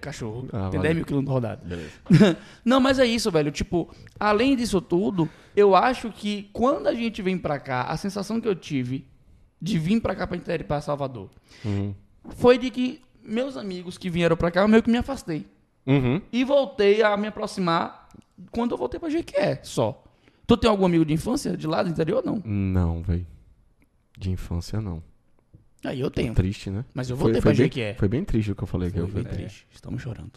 Cachorro.
Ah,
tem
valeu.
10 mil quilos rodado. não, mas é isso, velho. Tipo, além disso tudo, eu acho que quando a gente vem pra cá, a sensação que eu tive de vir pra cá pra, interior, pra Salvador
Uhum.
foi de que meus amigos que vieram pra cá, eu meio que me afastei.
Uhum.
E voltei a me aproximar quando eu voltei pra Jequié, só. Tu tem algum amigo de infância de lá do interior? Não.
Não, velho. De infância, não.
Aí eu tenho.
Triste, né?
Mas eu voltei
foi
pra
bem,
Jequié.
Foi bem triste o que eu falei que eu
Foi
vi.
bem triste. Estamos chorando.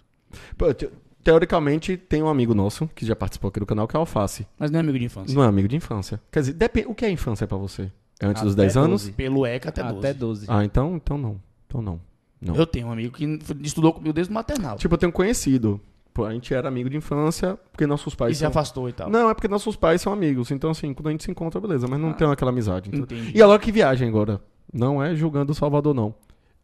Pô, te- Teoricamente, tem um amigo nosso que já participou aqui do canal, que é o Alface.
Mas não é amigo de infância.
Não é amigo de infância. Quer dizer, depende- o que é infância pra você? É
Ah,
antes dos
Até
10 anos?
12.
Pelo ECA até 12.
Até 12.
Ah, então, então não. Então não. não.
Eu tenho um amigo que estudou comigo desde o maternal.
Tipo, eu tenho conhecido. Pô, a gente era amigo de infância, porque nossos
e
pais
se
são...
afastou e tal.
Não, é porque nossos pais são amigos. Então, assim, quando a gente se encontra, beleza. Mas não tem aquela amizade. então-
Ah. entendi.
E olha que viagem agora. Não é julgando Salvador, não.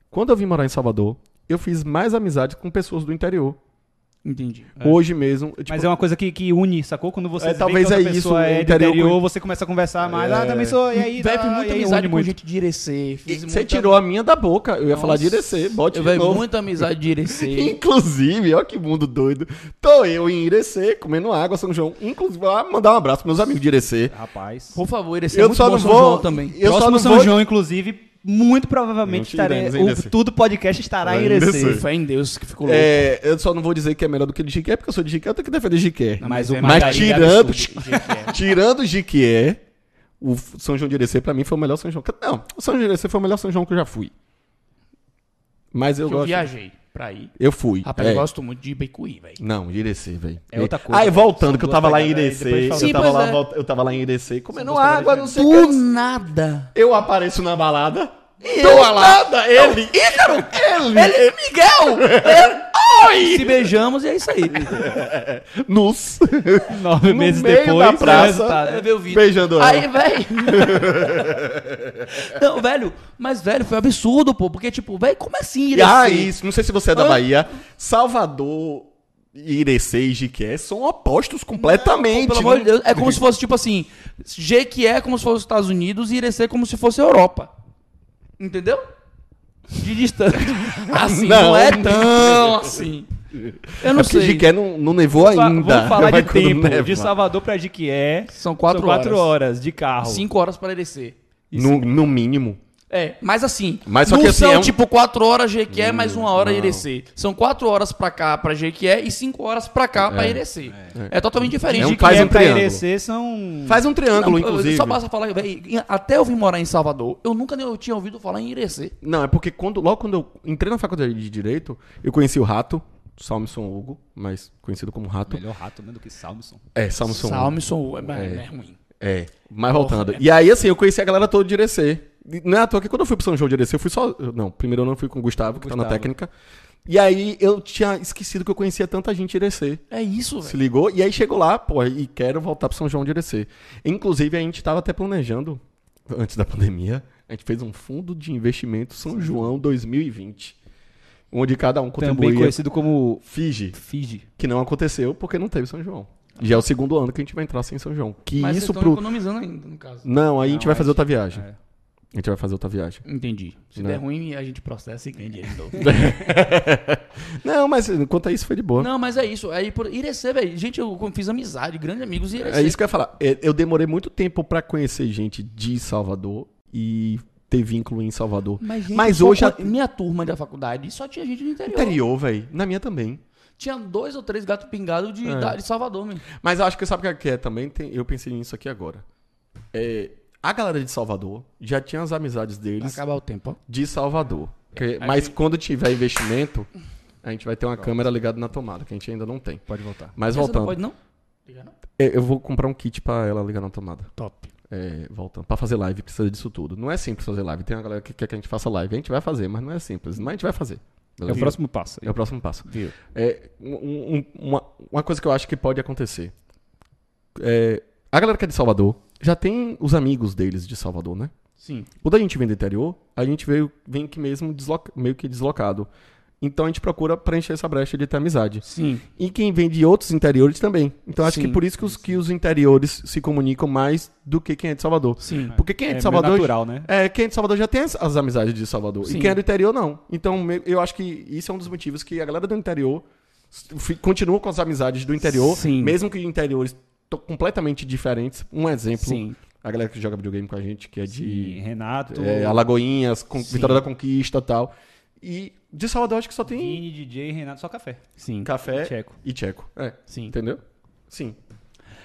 Quando eu vim morar em Salvador, eu fiz mais amizade com pessoas do interior.
Entendi.
Hoje mesmo. eu, tipo,
Mas é uma coisa que, que une, sacou? Quando você
É,
vê que
talvez
outra
é isso,
pessoa é
o
do
interior É.
interior,
com-
você começa a conversar mais. Ah, também sou, e aí...
Deve
tá, e
muita
aí
amizade
une
com
muito.
gente de Irecê. Fiz
Você
muita-
tirou a minha da boca. Eu ia falar de Irecê, bote
Eu
de
vejo
novo.
muita amizade de Irecê.
Inclusive, olha que mundo doido. Tô eu em Irecê, comendo água, São João. Inclusive, ah, mandar um abraço pros meus amigos de Irecê.
Rapaz.
Por favor, Irecê é
Eu
muito
só
bom
não
São
vou.
João também.
Eu só
Próximo
não
São
vou.
João, inclusive, muito provavelmente
Não
estarei,
tiremos ainda
o
esse.
Tudo Podcast estará em
Ainda
Irecê.
esse.
Fé em Deus que ficou louco.
É, eu só não vou dizer que é melhor do que o de Jiqué, porque eu sou de Jiqué, eu tenho que defender Jiqué.
Não,
mas o-
é
mas
Margarida
tirando-
absurdo, Jequié.
Tirando Jiquié, o F- São João de Irecê pra mim foi o melhor São João. que- Não, o São João de Irecê foi o melhor São João que eu já fui. Mas eu
Que eu né?
gosto.
viajei pra ir.
Eu fui.
Rapaz,
é.
eu gosto muito de Ibecuí, velho.
Não, de Irecê, velho.
É outra coisa,
Aí
velho.
voltando,
São
que eu
duas
tava lá em
pegadas, depois
Irecê,
fala.
eu
Sim,
tava,
pois
lá,
é.
volta- eu tava lá em Irecê comendo
duas pegadas
água, não sei o
Do
que. é
nada.
Eu apareço na balada. Tô alada, ele. Ícaro!
um-
Ele!
Ele, Miguel! É- Oi! Se beijamos e é isso aí.
Nos.
Nove
No
meses
meio
depois,
da
o
praça,
resultado. né? Ah,
É ver o vídeo.
Beijando ela.
Aí, velho. Não, velho, mas velho, foi um absurdo, pô. Porque, tipo, velho, como assim, Irecê?
Ah, isso. Não sei se você é da
Hã?
Bahia. Salvador, Irecê e Jiqué são opostos completamente.
Pelo amor de Deus, é como se fosse, tipo assim, Jequié é como se fosse os Estados Unidos e Irecê como se fosse a Europa. Entendeu? De distância. Assim, não,
Não.
é tão assim. Eu não
é porque
sei.
Jiqué não, não nevou
Fa-
ainda.
Vamos falar
Vai
de
quando
tempo.
neva.
De Salvador pra Jiquié.
São quatro
quatro
horas.
horas de carro.
Cinco horas para Irecê.
No, no mínimo.
É, mas assim,
Mas só
não
que assim,
são
é um- Hum,
tipo 4 horas Jequié mais uma hora
não.
Irecê. São 4 horas pra cá pra Jequié e 5 horas pra cá pra
É.
Irecê. É, totalmente diferente.
É um
Jiquié
faz um
pra
triângulo.
Irecê são...
Faz um triângulo,
Não,
inclusive.
Só basta falar, véi, até eu vim morar em Salvador, eu nunca nem tinha ouvido falar em Irecê.
Não, é porque quando, logo quando eu entrei na faculdade de Direito, eu conheci o Rato, Salmson Hugo, mas conhecido como Rato.
Melhor rato, né, do que Salmson.
É, Salmson Hugo.
Salmson é, é. é ruim.
É, mas voltando. E aí, assim, eu conheci a galera toda de Irecê. E Não é à toa que quando eu fui pro São João de Irecê, eu fui só... Não, primeiro eu não fui com o Gustavo, que tá na
Gustavo.
técnica. E aí, eu tinha esquecido que eu conhecia tanta gente de Irecê.
É isso,
Se
velho.
ligou? E aí chegou lá, pô, e quero voltar pro São João de Irecê. Inclusive, a gente tava até planejando, antes da pandemia, a gente fez um fundo de investimento São João 2020. Onde cada um
Também
contribuía.
conhecido como
Finge
Fiji.
que não aconteceu porque não teve São João. Já é o segundo ano que a gente vai entrar sem São João. Que
Mas
isso
vocês tão
pro.
economizando ainda, no caso.
Não, aí a gente
Não,
vai
é
fazer outra viagem.
é.
A gente vai fazer outra viagem.
Entendi. Se
Não.
der ruim, a gente processa e ganha dinheiro de novo.
Não, mas eh, quanto a isso foi de boa.
Não, mas é isso. Aí por Irecê, velho. Gente, eu fiz amizade, grandes amigos em Irecê.
É isso que eu ia falar. É, Eu demorei muito tempo pra conhecer gente de Salvador e ter vínculo em Salvador.
Mas, gente,
Mas
só
hoje
com-
a-
Minha turma da faculdade só tinha gente do interior.
Interior, velho. Na minha também.
Tinha dois ou três gatos pingados de,
É.
da- de Salvador, mesmo.
Mas eu acho que sabe o que é também? Tem- eu pensei nisso aqui agora. É, a galera de Salvador já tinha as amizades deles
Acabar o tempo, ó.
de Salvador. Que- mas quando tiver investimento, a gente vai ter uma câmera ligada na tomada, que a gente ainda não tem.
Pode voltar.
Mas
Essa
voltando.
Não pode, não? Liga não?
É, Eu vou comprar um kit pra ela ligar na tomada.
Top.
É, voltando. Pra fazer live precisa disso tudo. Não é simples fazer live. Tem uma galera que quer que a gente faça live. A gente vai fazer, mas não é simples. Mas a gente vai fazer.
É o
Beleza?
próximo passo.
É o próximo passo.
Viu?
É, um- um- uma, uma coisa que eu acho que pode acontecer. É, a galera que é de Salvador já tem os amigos deles de Salvador, né?
Sim.
Quando a gente vem do interior, a gente veio, vem que mesmo desloca- meio que deslocado. Então a gente procura preencher essa brecha de ter amizade.
Sim.
E quem vem de outros interiores também. Então acho
Sim.
que por isso que os, que os interiores se comunicam mais do que quem é de Salvador.
Sim.
Porque quem é
É
de
meio
Salvador.
natural, né?
É, quem é de Salvador já tem as, as amizades de Salvador.
Sim.
E quem é do interior, não. Então, me- eu acho que isso é um dos motivos que a galera do interior s- fi- continua com as amizades do interior,
Sim.
mesmo que interiores to- completamente diferentes. Um exemplo,
Sim.
a galera que joga videogame com a gente, que é
De
de
Renato,
é, Alagoinhas, com-
Sim.
Vitória da Conquista e tal. E de Salvador, acho que só tem
Vini, DJ, Renato, só café.
Sim.
café
Tcheco.
e tcheco. É,
Sim.
entendeu? Sim.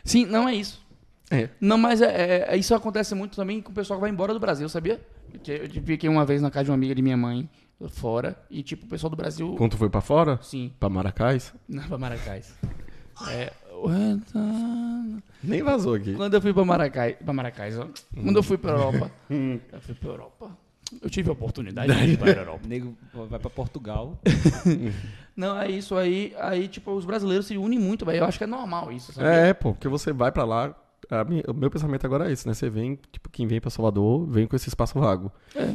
Sim, não é isso.
É.
Não, mas é, é- é- isso acontece muito também com o pessoal que vai embora do Brasil, sabia? que Eu fiquei uma vez na casa de uma amiga de minha mãe, fora, e tipo, o pessoal do Brasil.
Quando tu foi pra fora?
Sim,
Pra Maracás?
não, pra Maracás. É. Ué, tá-
Nem vazou aqui.
Quando eu fui pra Maracás, pra Maracás, ó. Quando eu fui pra Europa, eu fui pra Europa. Eu tive a oportunidade de ir pra Europa.
O nego vai pra Portugal.
Não, é isso aí. Aí, tipo, os brasileiros se unem muito, velho. Eu acho que é normal isso, sabe?
É, pô, porque você vai pra lá. a minha- o meu pensamento agora é esse, né? Você vem, tipo, quem vem pra Salvador, vem com esse espaço vago.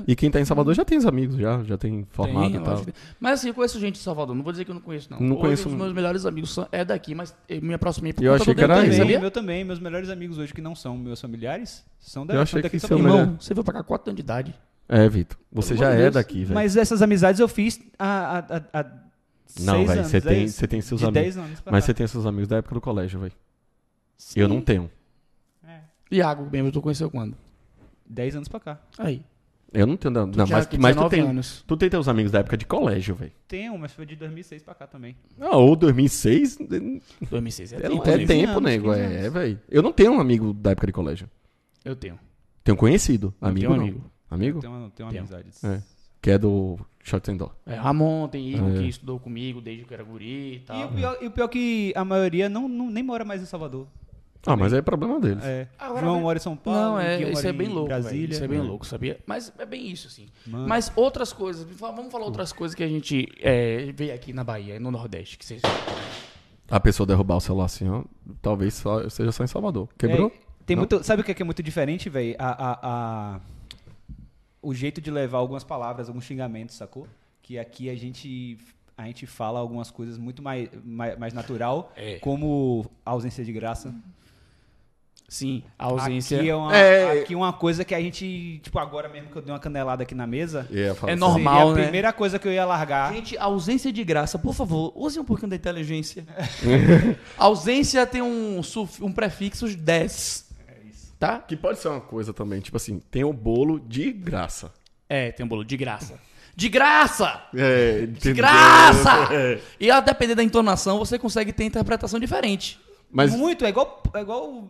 E quem tá em Salvador já tem os amigos, já, já tem
Tem,
formado
É. eu
e tal.
acho que tem. Mas assim, eu conheço gente de Salvador. Não vou dizer que eu não conheço, não.
Não
Hoje,
conheço
Os meus melhores amigos são, é daqui, mas eu me aproximei por
Eu
conta
achei
do
que era
Deltan,
isso.
sabia?
Meu também. Meus melhores amigos hoje que não são meus familiares são da
Eu achei
são
que
daqui de
seu
Salvador.
melhor-
Irmão, você veio pra cá 4 anos de idade.
É, Vitor. Você
Pelo
já
amor de
é
Deus.
daqui, velho.
Mas essas amizades eu fiz há, há, há, há
Não,
seis
velho,
anos,
você tem,
dez-
você tem seus
de
amigos.
10 anos. pra
Mas
cá.
você tem seus amigos da época do colégio, velho.
Sim.
Eu não tenho.
Iago mesmo, tu conheceu quando?
10 anos pra cá.
Aí.
Eu não tenho. Não, não,
Já
mas,
com
mas tu
19
tem.
anos.
Tu tem teus amigos da época de colégio, velho.
Tenho, um, mas foi de 2006 pra cá também.
Ah, ou 2006. É,
2006 é,
é
tempo,
tempo,
né?
anos,
nego.
15
É, velho. Eu não tenho um amigo da época de colégio.
Eu tenho.
Tenho um conhecido.
Não
Amigo
tenho um
não.
amigo.
Amigo?
Tenho uma, tenho uma
Tenho. um
amizade.
É. Que é do Shot and Door.
É, Ramon, tem Igor
É.
que estudou comigo desde que eu era guri e
E
tal.
o pior, e o pior que a maioria não, não- nem mora mais em Salvador.
Ah, mas é problema deles.
É.
Agora
João
vai-
mora em São Paulo,
Não, é,
Guilherme
isso
mora
é bem
em
louco, velho.
Brasília.
Isso é bem louco, sabia? Mas é bem isso, assim. Mas outras coisas, vamos falar outras coisas que a gente é, vê aqui na Bahia, no Nordeste, que vocês...
A pessoa derrubar o celular assim, ó. Talvez só, seja só em Salvador. Quebrou?
É, tem
Não?
muito, sabe o que é, que é muito diferente, velho? A, a- a- o jeito de levar algumas palavras, alguns xingamentos, sacou? Que aqui a gente, a gente fala algumas coisas muito mais, mais, mais natural,
É.
como ausência de graça.
Sim, a ausência...
Aqui é, uma,
É.
aqui é uma coisa que a gente, tipo, agora mesmo que eu dei uma canelada aqui na mesa,
É, fala
É
assim.
normal.
seria a
né?
primeira coisa que eu ia largar.
Gente, ausência de graça, por favor, use um pouquinho da inteligência. ausência tem um, suf- um prefixo de 10. Tá?
Que pode ser uma coisa também. Tipo assim, tem o bolo de graça.
É, tem um bolo de graça. De graça!
É,
De graça! E a depender da entonação, você consegue ter interpretação diferente.
Mas,
Muito, é igual, é igual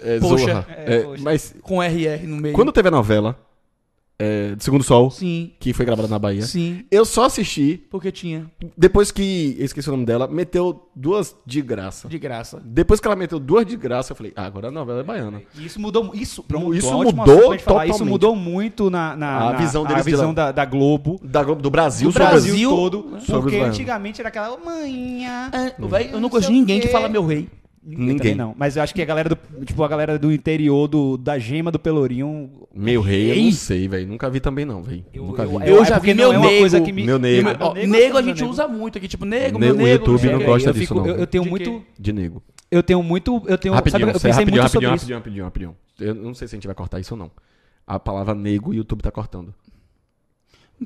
é,
Poxa.
Zorra.
É,
É,
poxa.
Mas
Com RR no meio.
quando teve a novela é, de Segundo Sol,
Sim,
que foi gravada na Bahia,
sim.
eu só assisti
Porque tinha.
depois que, eu esqueci o nome dela, meteu duas de graça.
De graça.
Depois que ela meteu duas de graça, eu falei, ah, agora a novela é baiana.
E Isso mudou mu- isso pronto,
Isso
é um ótimo
mudou
assunto pra gente falar. Isso
totalmente.
mudou muito na, na-
A
na-
visão deles de
visão
lá.
da, da Globo,
Da Globo- do Brasil,
do
sobre o
Brasil
Brasil,
todo,
sobre os
porque
baianos.
antigamente era aquela "Ô, manhã.
Ah, véi, eu não
Não
conheço
sei o
ninguém que
quê.
fala meu rei.
Ninguém.
Também não, mas eu acho que a galera do tipo a galera do interior do da Gema do Pelourinho,
Meu rei, eu
Ei.
não sei, velho. Nunca vi também, não, velho. Nunca vi.
eu-
é
já
porque
vi
não
meu
é uma coisa
nego,
que me
meu
Nego,
é nego.
Ah,
ó,
nego,
nego a
sim,
gente
nego.
usa muito aqui, tipo, nego,
Ne-
meu
o
nego.
YouTube
sei
não
o quê.
gosta
eu
disso,
fico-
não,
Eu, eu
velho.
tenho
De
muito,
De nego.
eu tenho muito, eu
um-
tenho,
rapidinho,
sabe, eu
cê-
pensei
rapidinho,
muito
rapidinho,
sobre
rapidinho, rapidinho, rapidinho. Eu não sei se a gente vai cortar isso ou não. A palavra nego, o YouTube tá cortando.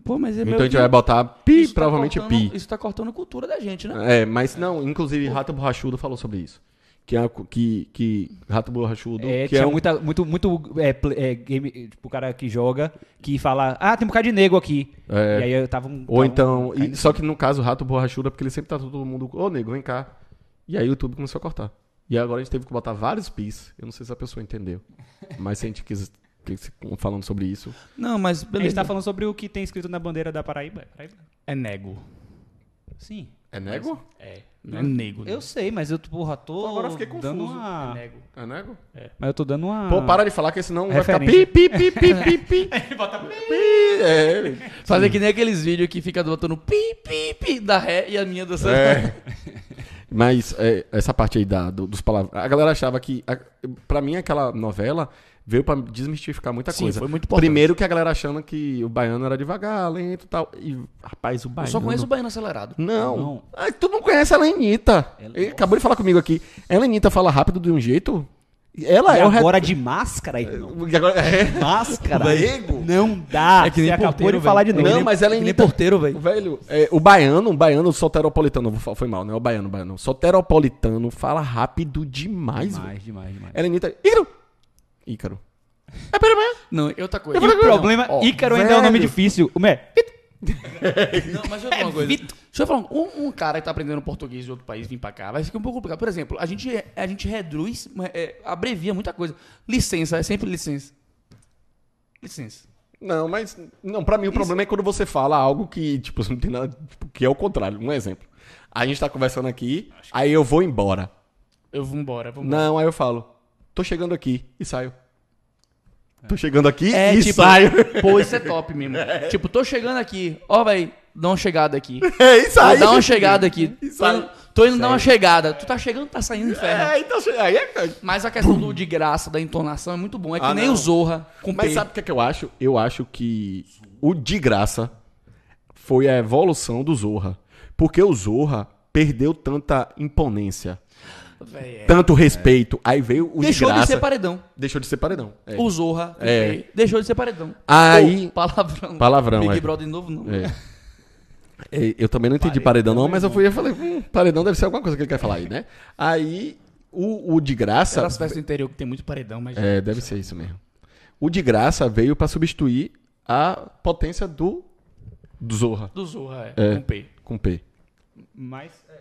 Pô, mas é meu
então a gente
Deus.
vai botar pi,
Isso tá
provavelmente
cortando-
pi.
Isso tá cortando a cultura da gente, né?
É, mas não, inclusive Rato Borrachudo falou sobre isso. Que é, uma co- que, que Rato Borrachudo,
É,
que
tinha
é um,
muita, muito, muito é, pl- é, game, é, tipo, o cara que joga, que fala, ah, tem um bocado de nego aqui.
É.
E aí eu tava um.
ou
tava
então,
um-
e- só que no caso Rato Borrachudo é porque ele sempre tá todo mundo, ô nego, vem cá. E aí o YouTube começou a cortar. E agora a gente teve que botar vários pis. Eu não sei se a pessoa entendeu. Mas se a gente quis quis- falando sobre isso,
Não, mas
A gente
beleza.
tá falando sobre o que tem escrito na bandeira da Paraíba. é Paraíba?
É nego.
Sim.
é nego?
É. Não é nego. né?
Eu sei, mas eu, porra, tô.
Agora eu fiquei
Dando
confuso.
uma...
Nego.
É nego?
Mas eu tô dando uma.
Pô, para de falar que senão vai
Ah. Referência.
ficar pi, pi, pi, pi, pi, pi. Ele bota pi. É,
Fazer que nem aqueles vídeos que fica botando pi, pi, pi da ré e a minha dançando.
É. Mas é, essa parte aí da, do- dos palavras. A galera achava que. A, pra mim, aquela novela veio pra desmistificar muita
Sim,
coisa.
foi muito importante.
Primeiro que a galera achando que o baiano era devagar, lento e tal. E, rapaz, o
Eu
baiano.
só conheço o baiano acelerado.
Não.
Não.
Ah, tu não conhece a Lenita. Ele acabou de falar comigo aqui. A Lenita fala rápido de um jeito. Ela
E
é o re-
agora de máscara, irmão.
E agora é.
Máscara?
Nego.
Não dá.
É que nem
Você acabou
porteiro,
de falar de
velho.
novo.
Não, mas ela
É que nem
imita.
porteiro, velho.
Velho, é, o baiano, o baiano soteropolitano, vou fa- foi mal, né? O baiano, o baiano. Soteropolitano fala rápido demais, velho.
Demais, demais, demais.
Ela imita. Ícaro! Ícaro. É, pera, pera.
Não, eu outra coisa.
E o problema,
ó,
Ícaro ainda é um nome
velho.
difícil. O Mé,
Não, mas deixa
É
eu falar uma coisa. Deixa eu falar, um, um cara que tá aprendendo português de outro país vir pra cá vai ficar um pouco complicado. Por exemplo, a gente, a gente reduz, é, abrevia muita coisa. Licença, é sempre licença. Licença.
Não, mas não, para mim o problema é quando você fala algo que, tipo, não tem nada, tipo, que é o contrário, um exemplo. A gente tá conversando aqui, aí eu vou embora.
Eu vou embora, vou embora.
Não, aí eu falo, tô chegando aqui e saio. Tô chegando aqui
É,
e
tipo,
saio.
pô, isso é top mesmo. Tipo, tô chegando aqui. Ó, véi, dá uma chegada aqui.
É, e saio.
Dá uma chegada aqui.
Isso
Tô
aí.
indo, tô indo dar uma chegada. Tu tá chegando, tá saindo do inferno.
É, então, aí é,
Mas a questão do de graça, da entonação é muito bom. É que
Ah,
nem
não.
o Zorra com
Mas
um P.
sabe o que, é que eu acho? Eu acho que o de graça foi a evolução do Zorra. Porque o Zorra perdeu tanta imponência,
Véi, é.
tanto respeito. Aí veio o
Deixou
de
de,
graça.
ser paredão.
Deixou de ser paredão. é.
O Zorra com
É.
P deixou de ser paredão.
Aí-
Pô, palavrão.
Palavrão,
Big
é.
Brother de novo, não.
É. É, Eu também não entendi paredão,
é
não, mas eu fui e falei, hum, paredão deve ser alguma coisa que ele quer falar aí, né? Aí o, o de graça.
Era as festas do interior que tem muito paredão, mas...
É, deve ser isso mesmo. O de graça veio pra substituir a potência do, do Zorra
Do Zorra, é,
É.
com P.
com P.
Mas, é,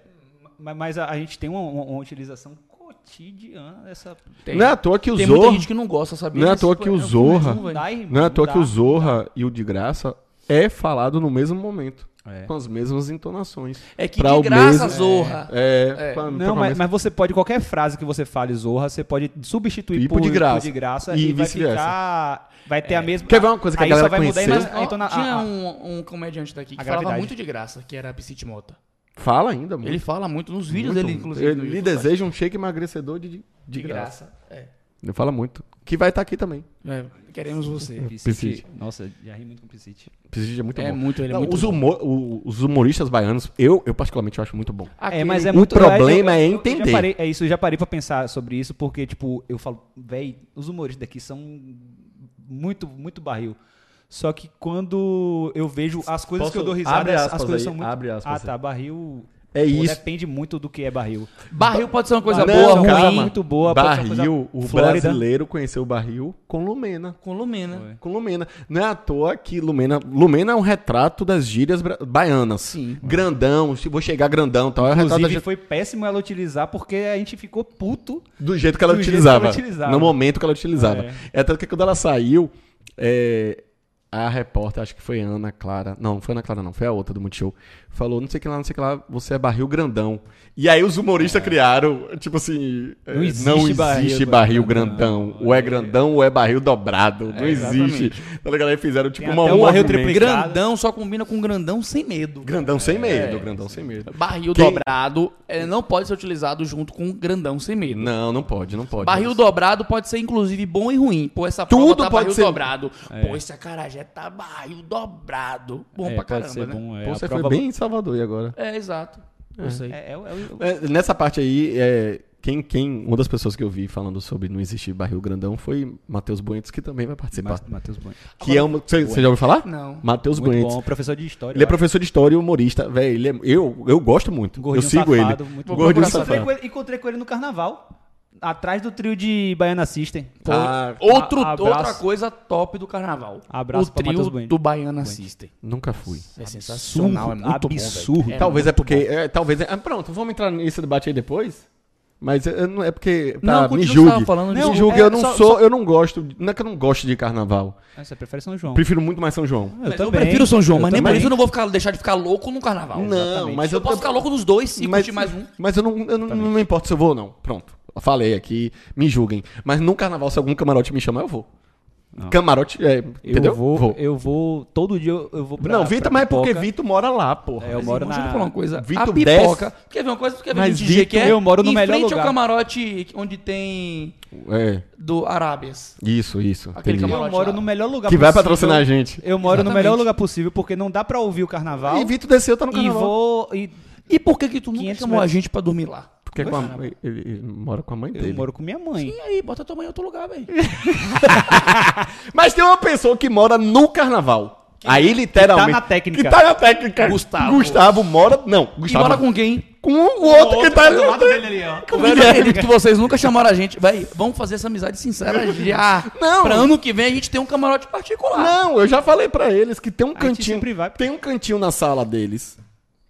ma- mas a, a gente tem uma, uma- uma utilização cotidiana dessa.
Tem,
Não é à toa que o
tem
Zorra.
muita gente que não gosta, sabia?
Não é à
Mas,
toa
pô,
que o
é um
Zorra-
comum, velho.
Dá, irmão,
Não é à toa
dá.
que o Zorra e o de graça é falado no mesmo momento.
É.
Com as mesmas entonações.
É que
Pra
de
o
graça,
mesmo-
Zorra.
É, pra- pra
Não, mas,
mesmo-
mas você pode, qualquer frase que você fale Zorra, você pode substituir
E por Tipo de graça. E
e, vai
vice-versa. É.
ficar. Vai ter a mesma.
Quer ver uma coisa que a
aí
galera
só vai mudar,
conheceu?
mas- ah, então na-
tinha
ah, ah.
um, um comediante daqui que
A
falava
gravidade.
muito de graça, que era Piscite Mota.
Fala ainda, mano.
Ele fala muito nos vídeos
Muito.
dele, inclusive. no
Ele lhe
YouTube,
deseja um shake emagrecedor de, de, de graça.
É.
Ele fala muito. Que vai estar aqui também.
É, queremos você.
Piscite.
Nossa, já ri muito com Piscite.
Precisa é muito
É
bom.
muito, ele é
Não,
muito
os,
bom.
humor- o- os humoristas baianos, eu, eu particularmente acho muito bom.
Aquele-
É, mas é
O
muito
problema é
eu- eu- eu já
entender.
parei- é isso, eu já parei pra pensar sobre isso, porque, tipo, eu falo, véi, os humoristas daqui são muito, muito barril. Só que quando eu vejo as coisas
Posso-
que eu dou risada,
abre
as-
aspas
as coisas
aí,
são muito.
abre aspas
ah, tá, barril.
É
pô,
isso.
Depende muito do que é barril.
Barril pode ser uma coisa
Não,
boa,
cara,
ruim.
muito boa, pode ser uma
Barril,
coisa-
o
Flórida.
brasileiro conheceu o barril com Lumena.
Com Lumena.
Com Lumena. Não é à toa que Lumena. Lumena é um retrato das gírias bra- baianas.
Sim.
Grandão, se vou chegar grandão tal. É um retrato da
Inclusive,
gí-
foi péssimo ela utilizar, porque a gente ficou puto.
do jeito que ela
do jeito
utilizava.
que ela utilizava.
No momento que ela utilizava.
É.
É, tanto que quando ela saiu, é, a repórter, acho que foi Ana Clara. Não, não foi Ana Clara, não, foi a outra do Multishow. Falou, não sei o que lá, não sei o que lá, você é barril grandão. E aí os humoristas criaram, tipo assim. é, Não
É. existe
existe, barril,
barril
grandão.
grandão.
Ou é grandão ou é barril dobrado. não existe. Tá ligado? Aí fizeram tipo
É, Tem
uma
até um
um
barril
movimento.
triplicado.
Grandão só combina com grandão sem medo.
Grandão sem medo,
É.
grandão sem medo.
Barril
Quem-
dobrado é, não pode ser utilizado junto com um grandão sem medo.
Não, não pode, não pode.
Barril dobrado pode ser, inclusive, bom e ruim. Pô, essa
Tudo
prova
pode
tá barril
ser- É.
dobrado. Pô, esse acarajé tá barril dobrado. Bom pra caramba, né?
É, bom.
Pô, você foi bem em Salvador e agora.
É, exato. Eu sei.
É, é, o- é o-
É, nessa parte aí, é, quem, quem, uma das pessoas que eu vi falando sobre não existe barril grandão foi Matheus Buentes, que também vai participar.
Mat- Matheus Bueno.
que é um, você, você já ouviu falar?
Não.
Matheus
Muito
Buentes.
bom, professor de história.
Ele é
eu acho.
professor de história e humorista, velho. ele é- eu, eu gosto muito.
Gordinho
eu sigo
safado,
ele.
muito
bom.
Gordinho
Vou procurar
safado.
Encontrei com, ele, encontrei com ele no carnaval. Atrás do trio de Baiana System.
Pô, Ah,
Outro,
a- abraço.
outra coisa top do carnaval.
Abraço
o
pra Matheus
trio
Bueno.
do Baiana System.
Nunca fui.
É sensacional, é muito
absurdo.
bom. velho.
talvez é porque. é, talvez é, ah, Pronto, vamos entrar nesse debate aí depois. Mas é, não é porque.
Não,
Tá, me
continua o que você
julgue.
tava falando,
me
não,
julgue,
é,
eu não
só-
sou. Eu não gosto. de- Não é que eu não gosto de carnaval.
Ah, Você prefere São João?
Prefiro muito mais São João.
Eu
Mas eu prefiro São João, mas nem por
também.
isso eu não vou ficar, deixar de ficar louco no carnaval.
Não, mas
eu,
eu-
posso
eu-
ficar louco nos dois e curtir mais um.
Mas eu não, eu não, não me importo se eu vou ou não. Pronto. Falei aqui, me julguem. Mas no carnaval, se algum camarote me chamar, eu vou. Camarote, é, entendeu?
Eu vou, Eu vou. Todo dia eu eu vou pra.
não, Vitor,
pra
mas é porque
pipoca.
Vitor mora lá, porra.
É, eu
Mas,
moro
irmão, deixa eu
na-
falar uma coisa.
Vitor
a pipoca. Quer ver uma coisa? Tu quer ver
Mas
gente dizer que
Vitor,
é?
eu moro no
em
melhor
frente ao
lugar.
camarote onde tem
É,
do Arábias.
isso, isso.
Aquele
entendi.
camarote.
Eu moro no melhor lugar
Que vai
possível.
patrocinar a gente.
Eu moro no
Exatamente.
melhor lugar possível porque não dá pra ouvir o carnaval.
E Vitor desceu, tá no
E
carnaval.
vou. E
E por que que tu nunca
500
chamou a
metros.
gente pra dormir lá?
Porque é com a- ele, ele mora com a mãe dele.
é. eu moro com minha mãe.
E aí, bota tua mãe em outro lugar, velho.
Mas tem uma pessoa que mora no carnaval. Aí, literalmente.
que tá na técnica.
Que tá na técnica.
Gustavo.
Gustavo mora. Não,
E
Gustavo.
mora com quem?
com o outro que tá.
ali, ó.
Eu não acredito que vocês nunca chamaram a gente. Véi, vamos fazer essa amizade sincera já.
Não.
Pra ano que vem a gente tem um camarote particular.
Não, eu já falei pra eles que tem um
A gente
cantinho.
sempre vai.
Tem um cantinho na sala deles.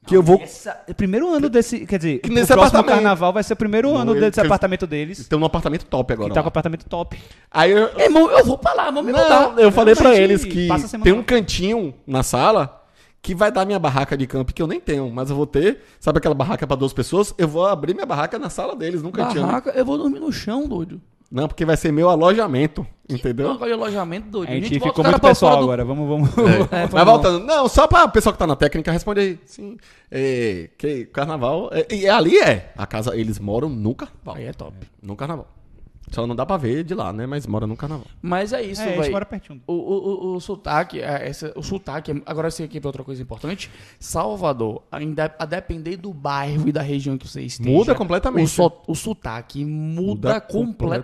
Que eu vou.
Essa- é o primeiro ano desse. Quer dizer,
Que
o
nesse
próximo
apartamento.
carnaval vai ser o primeiro ano
ele-
desse
que-
apartamento deles.
Estão num um apartamento top agora.
Que tá
lá.
com É, apartamento top.
Aí eu.
Meu irmão, eu vou pra lá, vamos me mudar.
Não, eu falei
Não,
pra
gente,
eles que
passa a semana
tem um
lá.
cantinho na sala que vai dar minha barraca de campo, que eu nem tenho, mas eu vou ter. Sabe aquela barraca pra duas pessoas? Eu vou abrir minha barraca na sala deles, num cantinho. ali.
Barraca, eu vou dormir no chão, doido.
Não, porque vai ser meu alojamento, entendeu?
Local de alojamento, doido.
A gente,
bota
ficou
o cara
muito
pra
pessoal
fora do-
agora. Vamos, vamos. um
É, foi
Mas
mal.
voltando, não, só pra pessoal que tá na técnica, responde aí. Sim. É, que carnaval. é, e ali é. A casa, eles moram no carnaval.
Aí é top.
No carnaval. Só não dá pra ver de lá, né? Mas mora no carnaval.
Mas é isso,
É, a gente
velho.
mora pertinho.
O, o, o, o sotaque, é, essa, o sotaque, é- agora sei aqui pra outra coisa importante. Salvador, ainda a depender do bairro e da região que você esteja.
Muda completamente.
O, so, o sotaque muda,
Muda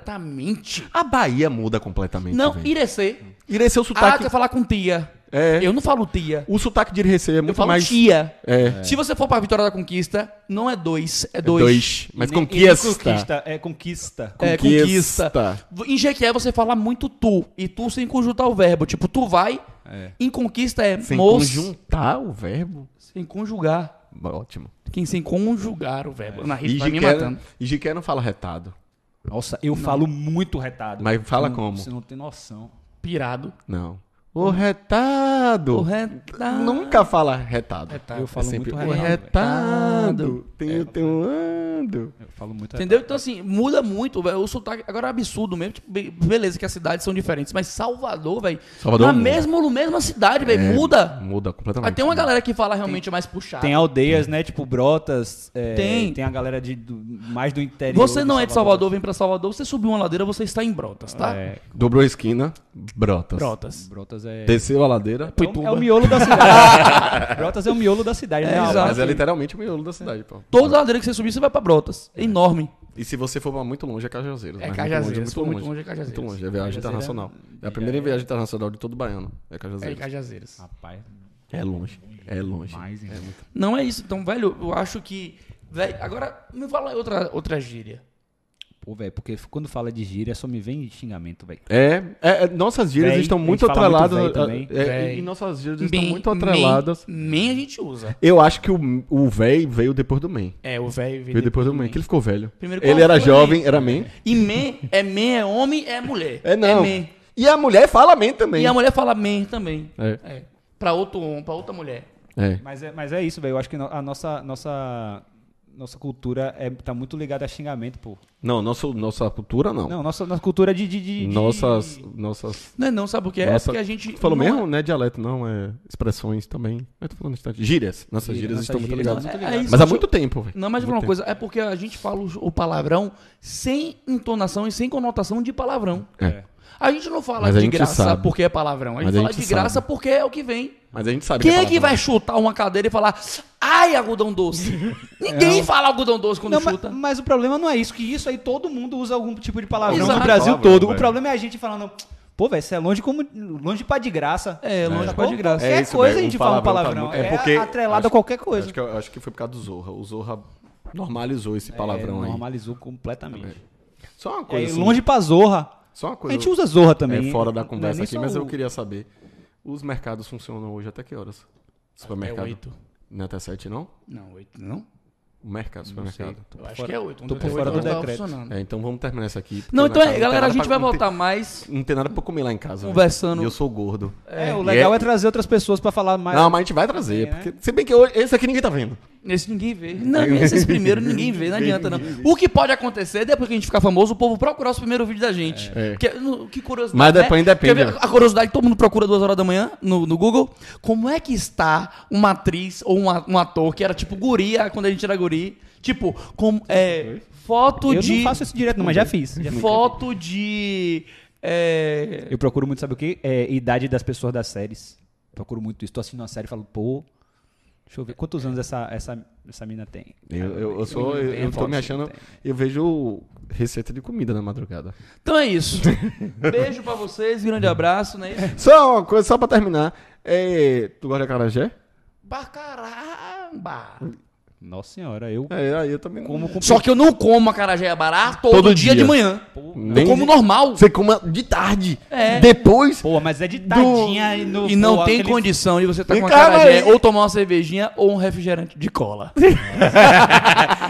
completamente.
A Bahia muda completamente.
Não,
velho.
Irecê.
Irecê, o
Ah,
sotaque.
quer falar com tia.
é,
Eu não falo tia.
O sotaque de Irecê é
Eu
muito
falo
mais.
tia.
É.
Se você for pra Vitória da Conquista, não é dois, é dois.
Dois. Mas
E nem-
conquista.
e nem Conquista. É conquista.
É, conquista. Em Jequié você fala muito tu, e tu sem conjuntar o verbo. Tipo, tu vai,
É.
em conquista é
Sem
moço.
conjuntar o verbo.
Sem conjugar.
Ótimo. é-
Quem sem conjugar o verbo. Na
E
rima tá me
Jiquera-
matando.
e Jiquera não fala retado.
Nossa, eu falo muito retado.
Mas fala
Você não-
como?
Você não tem noção.
Pirado.
Não. O retado.
O retado.
Nunca fala retado.
Retado.
Eu falo muito
o
retado, velho.
retado. Tenho, tenho ando.
Eu falo muito
Entendeu?
retado.
Então, assim, muda muito, velho. O sotaque. Agora é absurdo mesmo. Tipo, be- beleza, que as cidades são diferentes. Mas Salvador, velho.
Salvador
Na
muda. É,
mesma, no mesma cidade, velho. Muda.
Muda completamente. Né?
Mas Ah, tem uma galera que fala realmente mais puxado.
Tem aldeias, né? Tipo, brotas. é,
Tem.
Tem a galera de, do- mais do interior.
Você não é de Salvador, vem pra Salvador. Você subiu uma ladeira, você está em Brotas, tá?
É,
Dobrou a esquina, brotas.
Brotas.
brotas é.
Desceu a ladeira.
É o- É o miolo da cidade. Brotas é o miolo da cidade, né?
É, exato.
Mas é literalmente o miolo da cidade, pô.
Toda ladeira que você subir, você vai pra Brotas. Enorme.
E se você for pra muito longe, é Cajazeiras.
É
mas
Cajazeiras,
Muito
for
longe,
muito
muito longe,
longe, é Cajazeiras.
Muito longe, é viagem
Cajazeiras
internacional. É a primeira viagem internacional de todo baiano. É
É
Cajazeiras.
em Cajazeiras.
Rapaz,
É longe, é longe.
mais ainda.
Não é isso. Então, velho, eu acho que. Velho, agora me fala aí outra, outra gíria.
Pô, velho, porque quando fala de gíria só me vem xingamento, velho.
É, é, é, nossas gírias
Véi,
estão
a gente
muito
fala muito
atreladas.
véi também.
é,
Véi.
e nossas gírias estão
Men-
muito atreladas.
Men, men a gente usa.
Eu acho que o, o véi veio depois do men.
É, o velho.
Veio depois do men, que ele ficou velho.
Primeiro,
ele
qual
era
foi
jovem,
men?
era men.
E men é men, é homem, é mulher.
É não.
men.
e a mulher fala men também.
E a mulher fala men também.
É.
É. Pra outro homem, pra outra mulher.
É.
Mas é, mas é isso, velho. Eu acho que no- a nossa, nossa, nossa cultura é, tá muito ligada a xingamento, pô.
Não, nosso, nossa cultura não.
Não, nossa, nossa cultura é de, de, de- de-
Nossas, nossas.
Não é não, sabe o que é?
nossa-
É porque a gente.
Tu falou
não
mesmo, né? Dialeto não, é expressões também. Mas tô falando instante. Gírias. Nossas
Gírias,
gírias
nossas
estão muito
gírias,
ligadas.
nossas-
É, é isso,
Mas há
deixa eu-
muito tempo, velho.
Não, mas eu vou falar uma coisa, é porque a gente fala o- o palavrão sem entonação e sem conotação de palavrão.
É.
A gente não fala
Mas a
de
gente
graça
sabe.
porque é palavrão. A gente
Mas a
fala
gente
de graça
sabe.
porque é o que vem.
Mas a gente sabe tá
Quem é
palavra
que vai
não.
chutar uma cadeira e falar, ai, algodão doce? Ninguém fala algodão doce quando
Não, ma-
chuta. né?
mas, o problema não é isso, que isso aí todo mundo usa algum tipo de palavrão
Exato.
no Brasil
Palavrão,
todo.
velho.
O problema é a gente falando, pô, velho, isso é longe como longe pra de graça.
É, longe pra de graça.
Qualquer
É isso,
coisa
velho,
a gente
um
fala um
palavrão
palavrão.
tá
é,
muito- é porque-
atrelado
acho-
a qualquer coisa.
Acho que, eu acho que foi por causa do Zorra. O Zorra normalizou esse um palavrão
É,
aí.
normalizou completamente.
Só uma
É,
coisa. assim,
longe pra zorra.
Só uma
A
coisa.
gente usa zorra
é,
também.
fora
hein?
da
Não é
conversa
nem
aqui,
só
mas eu
o-
queria saber. Os mercados funcionam hoje até que horas? Supermercado.
É oito.
Não é até sete, não?
Não, oito não.
O mercado, supermercado.
Eu acho que é oito.
Tô por fora do decreto.
É, então vamos terminar isso aqui. porque
Não,
na
então
casa
é, galera, a
tem nada
gente vai
pra- não tem-
voltar mais.
Não tem nada pra comer lá em casa. velho.
Conversando.
E eu sou gordo.
É, o
E
legal é trazer outras pessoas pra falar mais.
Não, mas a gente vai trazer.
Também, né?
Porque, se bem que hoje, esse aqui ninguém tá vendo.
Esse ninguém vê. Não, esses primeiros ninguém vê, não adianta não. O que pode acontecer, depois que a gente ficar famoso, o povo procurar os primeiros vídeos da gente.
É.
Que, no- que curiosidade.
Mas depende,
né? Quer
depende.
ver A curiosidade todo mundo procura duas horas da manhã no, no Google. Como é que está uma atriz ou um a- um ator que era tipo guria quando a gente era guri? Tipo, com, é, foto
eu
de.
não faço isso direto, não, mas já fiz. Já fiz.
Foto de. é,
Eu procuro muito, sabe o quê? É, idade das pessoas das séries. Procuro muito isso. Tô assistindo uma série e falo, pô, deixa eu ver quantos anos essa, essa, essa mina tem.
É,
Eu, eu, eu sou, eu, eu tô me achando. Eu vejo receita de comida na madrugada.
Então é isso. Beijo pra vocês, grande abraço, né?
Só uma coisa, só pra terminar. É, tu gosta de acarajé?
Pra caramba!
Nossa senhora, eu
É, aí eu também
como com
Só que eu não como acarajé abará todo,
Todo
dia,
dia.
de manhã.
Nem-
Eu como normal.
Você coma de tarde.
É.
Depois.
Pô, mas é de tadinha e no
E não
pô,
tem
aquele-
condição de você estar
Me
com
calma
acarajé
aí.
ou tomar uma cervejinha ou um refrigerante de cola.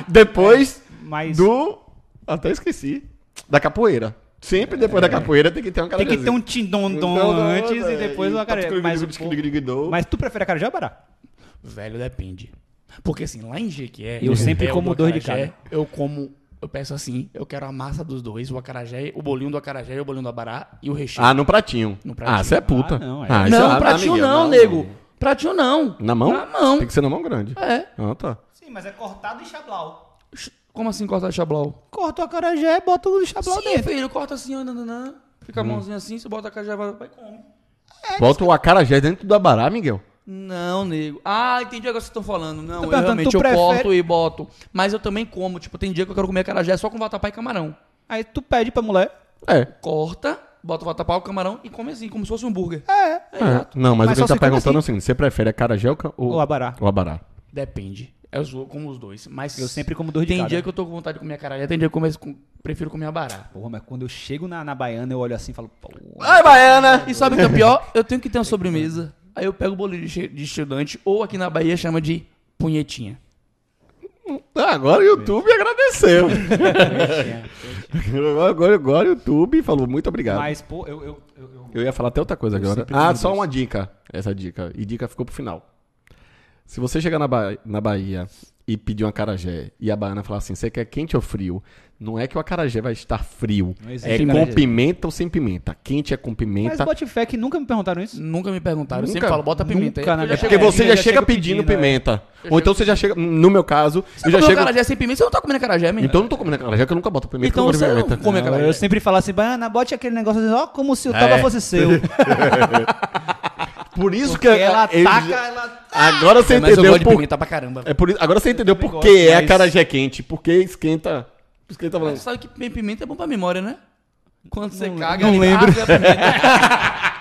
Depois
É. Mas
do. Até esqueci. Da capoeira. Sempre depois da capoeira tem que ter um
É. tem que
carajazinho.
ter um tindondom
Então,
antes
é,
e depois o acarajé. Mas, o povo-
tatucuriguiguiguiguiguiguiguiguiguiguiguiguiguiguiguiguiguiguiguiguiguiguiguiguiguiguiguiguiguiguiguiguiguiguiguiguiguiguiguiguiguiguiguiguiguiguiguiguiguiguiguiguiguiguiguiguiguiguiguiguiguiguiguiguiguiguiguu.
mas tu prefere acarajé ou bará?
Velho, depende. Porque assim, lá em Jequié...
Eu sempre
é,
como
o do
dois de
acarajé,
cada.
Eu como... Eu peço assim, eu quero a massa dos dois, o acarajé, o bolinho do acarajé, o bolinho do abará e o recheio.
Ah, no pratinho.
No pratinho.
Ah, você é puta.
um Ah, não, é.
Ah, isso é-
não,
ah,
pratinho
amiguinho,
não, nego. Pratinho não.
Na mão?
Na mão.
Tem que ser na mão grande.
É.
Ah, tá.
Sim, mas é cortado e chablau.
Como assim cortar xablau?
Corta o acarajé, bota o chablau
Sim, filho, corta assim, ó, nananã. Fica a mãozinha assim, você bota a cajá vai e come.
É
Bota o acarajé dentro do abará, Miguel.
Não, nego. Ah, entendi agora o que vocês estão falando. Não,
Tô
eu
perguntando,
realmente
tu
eu
prefere-
corto e boto. Mas eu também como. Tipo, tem dia que eu quero comer acarajé só com vatapá e camarão.
Aí tu pede pra mulher.
É.
Corta, bota o vatapá, o camarão e come assim, como se fosse um hambúrguer.
É.
é. Não, mas,
Mas
o que
só
ele
se come
tá perguntando é o seguinte: você prefere acarajé ou, ca-
Ou abará.
Ou abará.
Depende. Eu sou- como os dois. Mas
Eu sempre como dois de
Tem
cada.
dia que eu tô com vontade de comer acarajé, tem dia que eu come- com- prefiro comer abará.
Porra, mas quando eu chego na, na baiana, eu olho assim e falo. Pô,
Ai, baiana!
E sabe o que é pior? Eu tenho que ter uma sobremesa. Aí eu pego o bolinho de che- de estudante, ou aqui na Bahia chama de punhetinha.
Ah, Agora o YouTube agradeceu. agora, agora o YouTube falou muito
É.
obrigado.
mas, pô, eu. eu, eu, eu-
Eu ia falar até outra coisa agora.
sempre
Ah,
lembro
só
disso.
uma dica. Essa dica. E dica ficou pro final. Se você chegar na, Ba- na Bahia e pedir um acarajé e a baiana falar assim, você quer quente ou frio? Não é que o acarajé vai estar frio.
Não existe
É com
acarajé.
pimenta ou sem pimenta. Quente é com
Mas
tá-
pimenta.
bote fé que nunca me perguntaram isso.
Nunca me perguntaram. eu sempre
Nunca?
falo, bota pimenta.
Nunca,
aí.
né,
Eu já
velho?
chego-
Porque você
é,
já
já
chega
chega
pedindo
pedindo, é.
pimenta. Ou então você já chega, no meu caso,
Você
eu já
comeu
chego...
acarajé sem pimenta? Você não tá comendo acarajé mesmo?
Então eu não tô comendo acarajé, porque eu nunca boto pimenta.
Então
porque eu
você
não
não
gosto de pimenta.
come
Não,
acarajé.
eu sempre falo assim, Baiana, bote aquele negócio assim, ó, como
É.
se o toba fosse seu.
Por isso
Porque
que...
ela
eu-
ataca, ela.
Agora você
É, mas eu
entendeu
gosto de
por
pimenta pra caramba.
É por isso- agora você entendeu por
gosto,
que é
mas-
acarajé quente, porque esquenta. Esquenta tá
Mas
falando.
Você sabe que pimenta é bom pra memória, né? Quando você
Não-
caga,
não
ele-
lembro.
Ah, foi a pimenta.